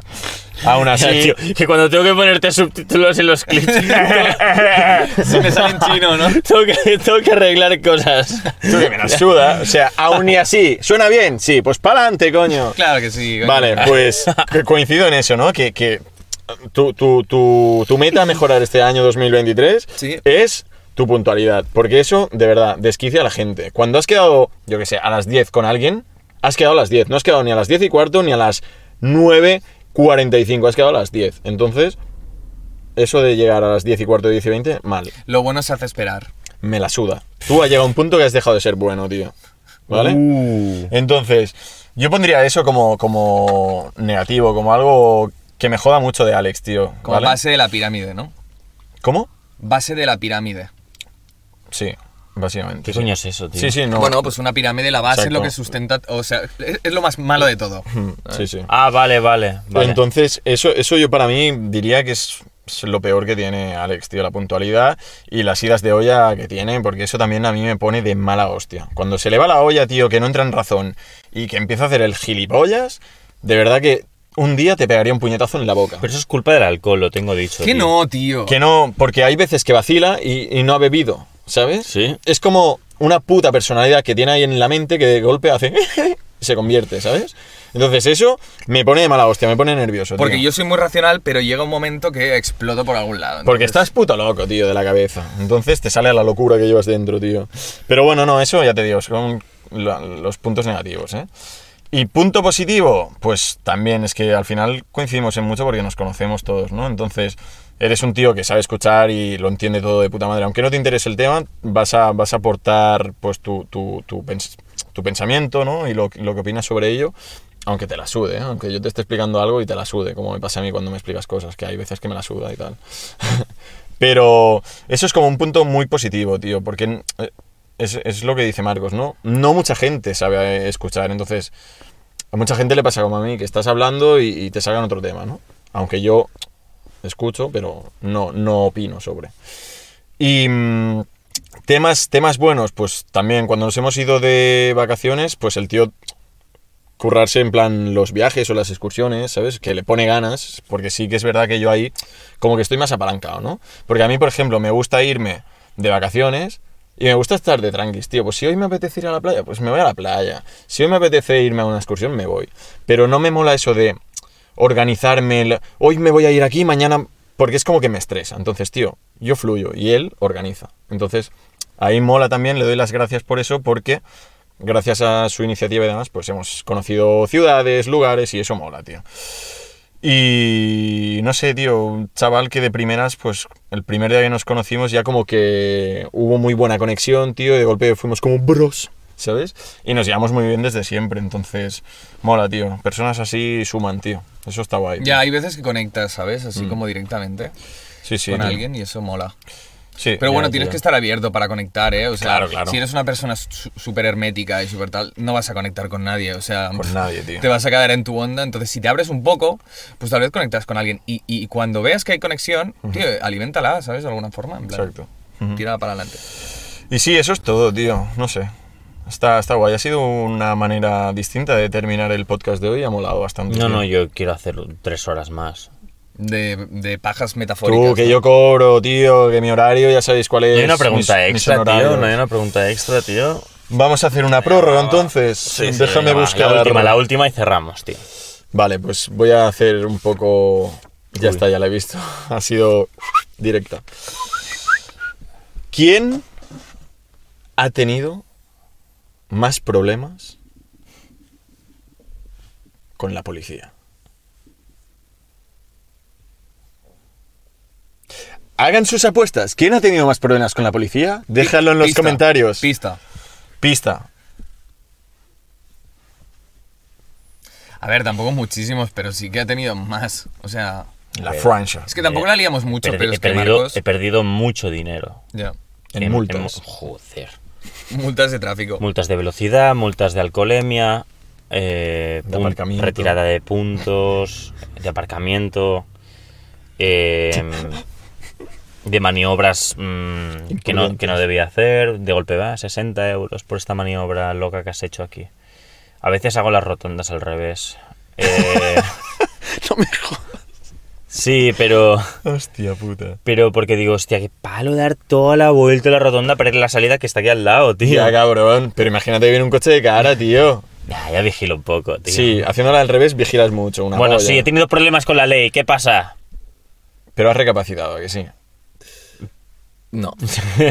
Speaker 1: Aún así,
Speaker 3: (laughs) Tío, que cuando tengo que ponerte subtítulos en los clips, (laughs) tengo,
Speaker 2: Si me sale en chino, ¿no?
Speaker 3: tengo que, tengo que arreglar cosas.
Speaker 1: tú que me la suda. O sea, aún y así, ¿suena bien? Sí, pues pa'lante, coño.
Speaker 2: Claro que sí. coño. (laughs)
Speaker 1: Vale, pues que coincido en eso, ¿no? Que, que tu, tu- tu- tu meta a mejorar este año 2023
Speaker 2: Sí.
Speaker 1: es tu puntualidad. Porque eso, de verdad, desquicia a la gente. Cuando has quedado, yo que sé, a las 10 con alguien, has quedado a las 10. No has quedado ni a las 10 y cuarto ni a las 9.45. Has quedado a las 10. Entonces, eso de llegar a las 10 y cuarto, 10 y 20, mal.
Speaker 2: Lo bueno se hace esperar.
Speaker 1: Me la suda. Tú has llegado a un punto que has dejado de ser bueno, tío. ¿Vale?
Speaker 3: Uh.
Speaker 1: Entonces, yo pondría eso como, como negativo, como algo que me joda mucho de Alex, tío.
Speaker 2: Como
Speaker 1: ¿vale?
Speaker 2: base de la pirámide, ¿no?
Speaker 1: ¿Cómo?
Speaker 2: Base de la pirámide.
Speaker 1: Sí, básicamente.
Speaker 3: ¿Qué
Speaker 1: sí.
Speaker 3: coño es eso, tío?
Speaker 1: Sí, sí, no.
Speaker 2: Bueno, pues una pirámide, la base es lo
Speaker 1: Exacto.
Speaker 2: que sustenta. O sea, es, es lo más malo de todo.
Speaker 1: Sí,
Speaker 2: eh,
Speaker 1: sí.
Speaker 3: Ah, vale, vale. vale.
Speaker 1: Entonces, eso, eso yo para mí diría que es es lo peor que tiene Alex, tío, la puntualidad y las idas de olla que tiene, porque eso también a mí me pone de mala hostia. Cuando se le va la olla, tío, que no entra en razón y que empieza a hacer el gilipollas, de verdad que un día te pegaría un puñetazo en la boca.
Speaker 3: Pero eso es culpa del alcohol, lo tengo dicho.
Speaker 2: Que
Speaker 3: tío.
Speaker 2: no, tío.
Speaker 1: Que no, porque hay veces que vacila y, y no ha bebido, ¿sabes?
Speaker 3: Sí.
Speaker 1: Es como una puta personalidad que tiene ahí en la mente que de golpe hace (laughs) y se convierte, ¿sabes? Entonces eso me pone de mala hostia, me pone nervioso.
Speaker 2: Porque
Speaker 1: tío.
Speaker 2: yo soy muy racional, pero llega un momento que exploto por algún lado.
Speaker 1: Porque
Speaker 2: entonces-
Speaker 1: estás puto loco, tío, de la cabeza. Entonces te sale la locura que llevas dentro, tío. Pero bueno, no, eso ya te digo, son la- los puntos negativos, ¿eh? Y punto positivo, pues también es que al final coincidimos en mucho porque nos conocemos todos, ¿no? Entonces, eres un tío que sabe escuchar y lo entiende todo de puta madre. Aunque no te interese el tema, vas a, vas a aportar pues, tu, tu, tu, pens- tu pensamiento, ¿no? Y lo, lo que opinas sobre ello, aunque te la sude, ¿eh? Aunque yo te esté explicando algo y te la sude, como me pasa a mí cuando me explicas cosas, que hay veces que me la suda y tal. (laughs) Pero eso es como un punto muy positivo, tío, porque eh, es, es lo que dice Marcos, ¿no? No mucha gente sabe eh, escuchar, entonces a mucha gente le pasa como a mí, que estás hablando y, y te sacan otro tema, ¿no? Aunque yo escucho, pero no, no opino sobre. Y mm, temas, temas buenos, pues también cuando nos hemos ido de vacaciones, pues el tío currarse en plan los viajes o las excursiones, ¿sabes? Que le pone ganas, porque sí que es verdad que yo ahí como que estoy más apalancado, ¿no? Porque a mí, por ejemplo, me gusta irme de vacaciones y me gusta estar de tranquis, tío. Pues si hoy me apetece ir a la playa, pues me voy a la playa. Si hoy me apetece irme a una excursión, me voy. Pero no me mola eso de organizarme, el- hoy me voy a ir aquí, mañana... Porque es como que me estresa. Entonces, tío, yo fluyo y él organiza. Entonces, ahí mola también, le doy las gracias por eso, porque gracias a su iniciativa y demás, pues hemos conocido ciudades, lugares y eso mola, tío. Y no sé, tío, un chaval que de primeras, pues el primer día que nos conocimos ya como que hubo muy buena conexión, tío, y de golpe fuimos como bros, ¿sabes? Y nos llevamos muy bien desde siempre, entonces mola, tío. Personas así suman, tío. Eso está guay. tío.
Speaker 2: Ya, hay veces que conectas, ¿sabes? Así como directamente
Speaker 1: sí, Mm. sí,
Speaker 2: con
Speaker 1: tío.
Speaker 2: alguien y eso mola.
Speaker 1: Sí,
Speaker 2: Pero bueno,
Speaker 1: ya,
Speaker 2: tienes
Speaker 1: tío.
Speaker 2: que estar abierto para conectar, ¿eh? O sea,
Speaker 1: Claro, claro.
Speaker 2: si eres una persona su- súper hermética y súper tal, no vas a conectar con nadie, o sea...
Speaker 1: Con nadie, tío.
Speaker 2: Te vas a quedar en tu onda, entonces si te abres un poco, pues tal vez conectas con alguien. Y, y cuando veas que hay conexión, tío, alimentala, ¿sabes? De alguna forma, en plan,
Speaker 1: Exacto.
Speaker 2: Tírala para adelante.
Speaker 1: Y sí, eso es todo, tío. No sé. Está, está guay. Ha sido una manera distinta de terminar el podcast de hoy. Ha molado bastante.
Speaker 3: No,
Speaker 1: tío.
Speaker 3: no, yo quiero hacer tres horas más.
Speaker 2: De, de pajas metafóricas.
Speaker 1: Tú, que
Speaker 2: ¿no?
Speaker 1: yo cobro, tío, que mi horario ya sabéis cuál es.
Speaker 3: No hay una pregunta
Speaker 1: mis- mis
Speaker 3: extra, tío.
Speaker 1: honorarios.
Speaker 3: No hay una pregunta extra, tío.
Speaker 1: Vamos a hacer una prórroga entonces.
Speaker 3: Sí, sí,
Speaker 1: Déjame
Speaker 3: venga, va,
Speaker 1: buscar.
Speaker 3: La última, la última y cerramos, tío.
Speaker 1: Vale, pues voy a hacer un poco. Ya está, ya la he visto. (laughs) Ha sido directa. ¿Quién ha tenido más problemas con la policía? Hagan sus apuestas. ¿Quién ha tenido más problemas con la policía? Déjalo en los
Speaker 2: Pista,
Speaker 1: comentarios.
Speaker 2: Pista.
Speaker 1: Pista.
Speaker 2: A ver, tampoco muchísimos, pero sí que ha tenido más. O sea,
Speaker 1: La Francia.
Speaker 2: es que tampoco la liamos mucho,
Speaker 3: Perdi-
Speaker 2: pero
Speaker 3: he,
Speaker 2: es que
Speaker 3: perdido,
Speaker 2: Marcos.
Speaker 3: he perdido mucho dinero.
Speaker 2: Ya.
Speaker 1: En multas.
Speaker 3: mu- joder.
Speaker 2: Multas de tráfico.
Speaker 3: Multas de velocidad, multas de alcoholemia, eh,
Speaker 1: De
Speaker 3: pun-
Speaker 1: aparcamiento.
Speaker 3: retirada de puntos, de aparcamiento, eh, de maniobras mm, que, no, que no debía hacer, de golpe va, 60 euros por esta maniobra loca que has hecho aquí. A veces hago las rotondas al revés. Eh,
Speaker 1: (laughs) No me jodas.
Speaker 3: sí, pero...
Speaker 1: Hostia puta.
Speaker 3: Pero porque digo, hostia, qué palo dar toda la vuelta a la rotonda para ir a la salida que está aquí al lado, tío.
Speaker 1: Tía,
Speaker 3: Ya,
Speaker 1: cabrón. Pero imagínate que viene un coche de cara, tío.
Speaker 3: ya vigilo un poco, tío.
Speaker 1: Sí, haciéndola al revés vigilas mucho. Una
Speaker 3: bueno,
Speaker 1: polla.
Speaker 3: sí, he tenido problemas con la ley, ¿qué pasa?
Speaker 1: Pero has recapacitado, ¿a que sí.
Speaker 2: (laughs) No.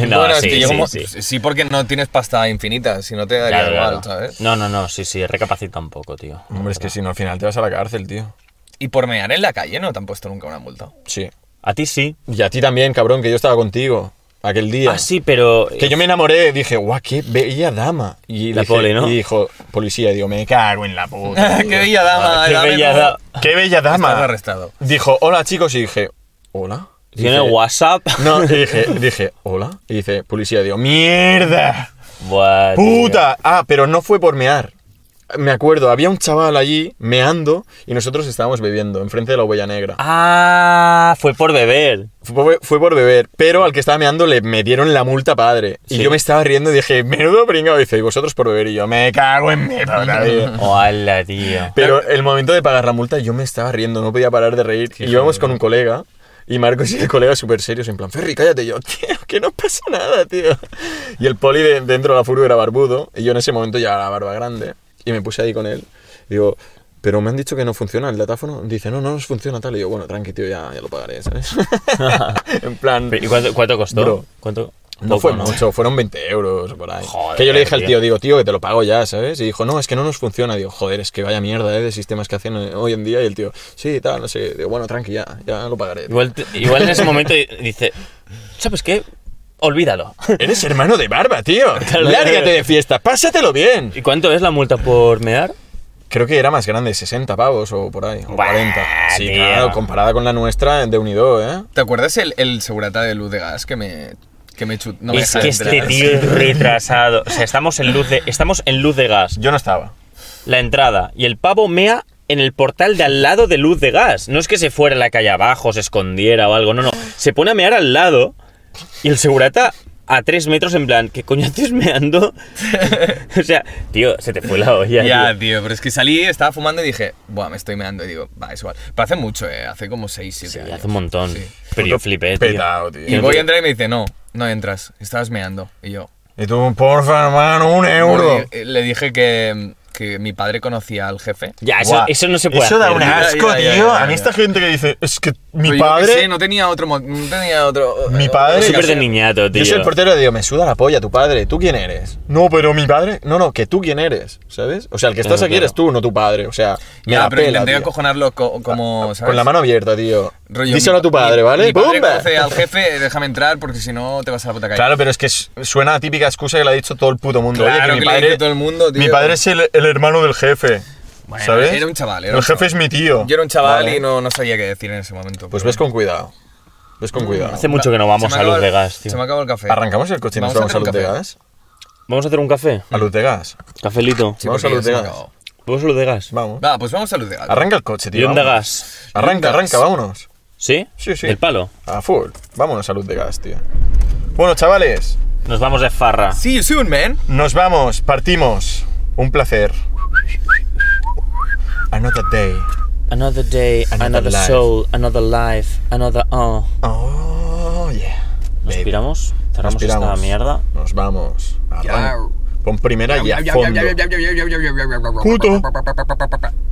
Speaker 3: No,
Speaker 2: bueno, es
Speaker 3: sí,
Speaker 2: que yo
Speaker 3: sí,
Speaker 2: como-
Speaker 3: sí.
Speaker 2: sí, porque no tienes pasta infinita, si no te daría
Speaker 3: Claro,
Speaker 2: igual,
Speaker 3: claro.
Speaker 2: ¿sabes?
Speaker 3: No, no, no, sí, sí, recapacita un poco, tío.
Speaker 1: Hombre, es que si no, al final te vas a la cárcel, tío.
Speaker 2: Y por mear en la calle no te han puesto nunca una
Speaker 3: (laughs)
Speaker 2: multa.
Speaker 1: Sí.
Speaker 3: A ti sí.
Speaker 1: Y a ti también, cabrón, que yo estaba contigo aquel día.
Speaker 3: Ah, sí, pero...
Speaker 1: Que yo me enamoré, dije, guau, qué bella dama. Y,
Speaker 3: La
Speaker 1: dije-
Speaker 3: poli, ¿no?
Speaker 1: Y dijo, policía, y digo, me cago en la puta.
Speaker 2: ¡Qué
Speaker 1: tío.
Speaker 2: bella dama!
Speaker 3: Ah, qué
Speaker 2: dame
Speaker 3: bella
Speaker 2: tu-
Speaker 3: da-
Speaker 1: ¡Qué bella
Speaker 2: Estás
Speaker 1: dama!
Speaker 2: arrestado.
Speaker 1: Dijo, hola chicos, y dije, hola. Y
Speaker 3: ¿Tiene
Speaker 1: dije-
Speaker 3: WhatsApp? (laughs)
Speaker 1: No, y dije, dije, hola. Y dice, policía, digo, mierda,
Speaker 3: Buah, tío.
Speaker 1: puta. Ah, pero no fue por mear. Me acuerdo, había un chaval allí meando y nosotros estábamos bebiendo enfrente de la huella negra.
Speaker 3: Ah, fue por beber.
Speaker 1: Fue, fue por beber, pero al que estaba meando le metieron la multa padre.
Speaker 3: Sí.
Speaker 1: Y yo me estaba riendo y dije, menudo pringado. Dice, y vosotros por beber. Y yo, me cago en mi puta vida.
Speaker 3: Hola, Oh, tío.
Speaker 1: Pero el momento de pagar la multa yo me estaba riendo, no podía parar de reír. y íbamos con un colega y Marcos y el colega súper serios en plan, Ferry, cállate. Y yo, tío, que no pasa nada, tío. Y el poli de- dentro de la furgo era barbudo y yo en ese momento ya la barba grande y me puse ahí con él. Digo, pero me han dicho que no funciona el datáfono. Dice, no, no nos funciona tal. Y yo, bueno, tranqui, tío, ya, ya lo pagaré, ¿sabes? (laughs) en plan...
Speaker 3: Pero, ¿Y cuánto, cuánto costó?
Speaker 1: Bro.
Speaker 3: ¿Cuánto?
Speaker 1: No
Speaker 3: Poco,
Speaker 1: fue mucho, fueron 20 euros o por ahí.
Speaker 3: Joder,
Speaker 1: que yo le dije al
Speaker 3: tío.
Speaker 1: tío, digo, tío, que te lo pago ya, ¿sabes? Y dijo, no, es que no nos funciona. Digo, joder, es que vaya mierda ¿eh? de sistemas que hacen hoy en día. Y el tío, sí, tal, no sé. Digo, bueno, tranqui, ya, ya lo pagaré.
Speaker 3: Igual, te- igual en ese momento dice, ¿sabes qué?
Speaker 1: (laughs)
Speaker 3: Olvídalo.
Speaker 1: Eres hermano de barba, tío. Lárgate de fiesta, pásatelo bien.
Speaker 3: ¿Y cuánto es la multa por mear?
Speaker 1: Creo que era más grande, 60 pavos o por ahí, o
Speaker 3: Buah,
Speaker 1: 40. Sí,
Speaker 3: tío.
Speaker 1: claro, comparada con la nuestra de Unido, ¿eh?
Speaker 2: ¿Te acuerdas el, el segurata de luz de gas que me, que me chut- no me
Speaker 3: es
Speaker 2: deja
Speaker 3: que este
Speaker 2: entrar? (laughs)
Speaker 3: tío es retrasado. O sea, estamos en luz de, estamos en luz de gas.
Speaker 1: Yo no estaba.
Speaker 3: La entrada. Y el pavo mea en el portal de al lado de luz de gas. No es que se fuera a la calle abajo, se escondiera o algo. No, no. Se pone a mear al lado. Y el segurata a tres metros en plan, ¿qué coño haces meando? (laughs) o sea, tío, se te fue la olla.
Speaker 2: Ya,
Speaker 3: tío.
Speaker 2: tío, pero es que salí, estaba fumando y dije, buah, me estoy meando. Y digo, va, es igual. Pero hace mucho, eh, hace como 6, 7
Speaker 3: Sí,
Speaker 2: años.
Speaker 3: hace un montón.
Speaker 2: Sí.
Speaker 3: Pero yo flipé, tío.
Speaker 1: Petao, tío.
Speaker 2: Y voy a entrar y me dice, no, no entras, estabas meando. Y yo,
Speaker 1: Y tú, porfa, hermano, un euro.
Speaker 2: Le, le dije que, que mi padre conocía al jefe.
Speaker 3: Ya, Ah, eso,
Speaker 1: Buah,
Speaker 3: eso no se puede
Speaker 1: Eso da
Speaker 3: hacer,
Speaker 1: un
Speaker 3: tío.
Speaker 2: Ya,
Speaker 1: asco, eh.
Speaker 2: ya, ya,
Speaker 1: tío.
Speaker 2: ya,
Speaker 1: A mí
Speaker 2: ya.
Speaker 1: esta gente que dice, es que mi
Speaker 2: Pero yo qué
Speaker 1: padre...
Speaker 2: sé, no tenía otro. mo- No tenía otro.
Speaker 1: Mi
Speaker 2: eh,
Speaker 1: padre-
Speaker 2: otra
Speaker 3: Súper de
Speaker 2: ocasión.
Speaker 3: niñato, tío.
Speaker 1: Yo soy el portero y digo, me suda la polla tu padre, ¿tú quién eres? No, pero mi padre. No, no, que tú quién eres, ¿sabes? O sea, el que estás
Speaker 3: Claro,
Speaker 1: aquí
Speaker 3: claro.
Speaker 1: eres tú, no tu padre. O sea, me
Speaker 2: Ya,
Speaker 1: la
Speaker 2: pero
Speaker 1: pela,
Speaker 2: intenté
Speaker 1: tío. Ah,
Speaker 2: acojonarlo co- como. ¿sabes?
Speaker 1: Con la mano abierta, tío.
Speaker 2: Rollo,
Speaker 1: Díselo
Speaker 2: mi-
Speaker 1: a tu padre,
Speaker 2: mi-
Speaker 1: ¿vale?
Speaker 2: Mi padre
Speaker 1: ¡Bumba!
Speaker 2: conoce al jefe, déjame entrar porque si no te vas a la puta calle.
Speaker 1: Claro, pero es que su- suena a típica excusa que le ha dicho todo el puto mundo. Oye,
Speaker 2: Claro
Speaker 1: que mi
Speaker 2: que le
Speaker 1: padre,
Speaker 2: dice todo el mundo, tío.
Speaker 1: Mi padre es el, el hermano del jefe.
Speaker 2: Bueno,
Speaker 1: ¿Sabes?
Speaker 2: era un chaval, era
Speaker 1: El
Speaker 2: un
Speaker 1: jefe
Speaker 2: chaval.
Speaker 1: es mi tío.
Speaker 2: Yo era un chaval
Speaker 1: Vale.
Speaker 2: y no, no sabía qué decir en ese momento.
Speaker 1: Pues
Speaker 2: pero-
Speaker 1: ves con cuidado. Ves
Speaker 2: Mm,
Speaker 1: con cuidado.
Speaker 3: Hace mucho que no
Speaker 2: Se
Speaker 3: vamos
Speaker 2: me
Speaker 3: a
Speaker 2: acaba
Speaker 3: luz
Speaker 2: el-
Speaker 3: de gas, tío.
Speaker 2: Se me acabó el café.
Speaker 1: Arrancamos el coche y nos vamos a
Speaker 2: hacer un
Speaker 1: luz de
Speaker 2: café.
Speaker 1: gas.
Speaker 3: ¿Vamos a hacer un café?
Speaker 1: A luz de gas.
Speaker 3: Cafelito.
Speaker 2: Sí,
Speaker 1: Vamos
Speaker 2: porque
Speaker 1: a luz
Speaker 2: ya
Speaker 1: de
Speaker 2: se me
Speaker 1: gas.
Speaker 2: acabó.
Speaker 3: Vamos a luz de gas.
Speaker 1: Vamos.
Speaker 2: Va, pues vamos a luz de gas.
Speaker 1: Arranca el coche, tío.
Speaker 3: Luz de
Speaker 1: vamos.
Speaker 3: gas.
Speaker 1: Arranca,
Speaker 2: Luz de
Speaker 1: arranca,
Speaker 2: gas.
Speaker 1: vámonos.
Speaker 3: ¿Sí?
Speaker 1: Sí, sí.
Speaker 3: ¿Del palo?
Speaker 1: A full. Vámonos a luz de gas, tío. Bueno, chavales,
Speaker 3: Nos vamos de farra.
Speaker 2: See you soon, man.
Speaker 1: nos vamos, partimos. Un placer. Another day.
Speaker 3: Another day,
Speaker 1: Another
Speaker 3: another,
Speaker 1: life.
Speaker 3: soul, another life, another oh.
Speaker 1: Oh, yeah.
Speaker 3: Nos
Speaker 1: baby.
Speaker 3: piramos, cerramos
Speaker 1: Nos piramos.
Speaker 3: esta mierda.
Speaker 1: Nos vamos. Arran-
Speaker 2: Yau.
Speaker 1: Pon primera y a fondo.
Speaker 2: Puto.
Speaker 1: Puto.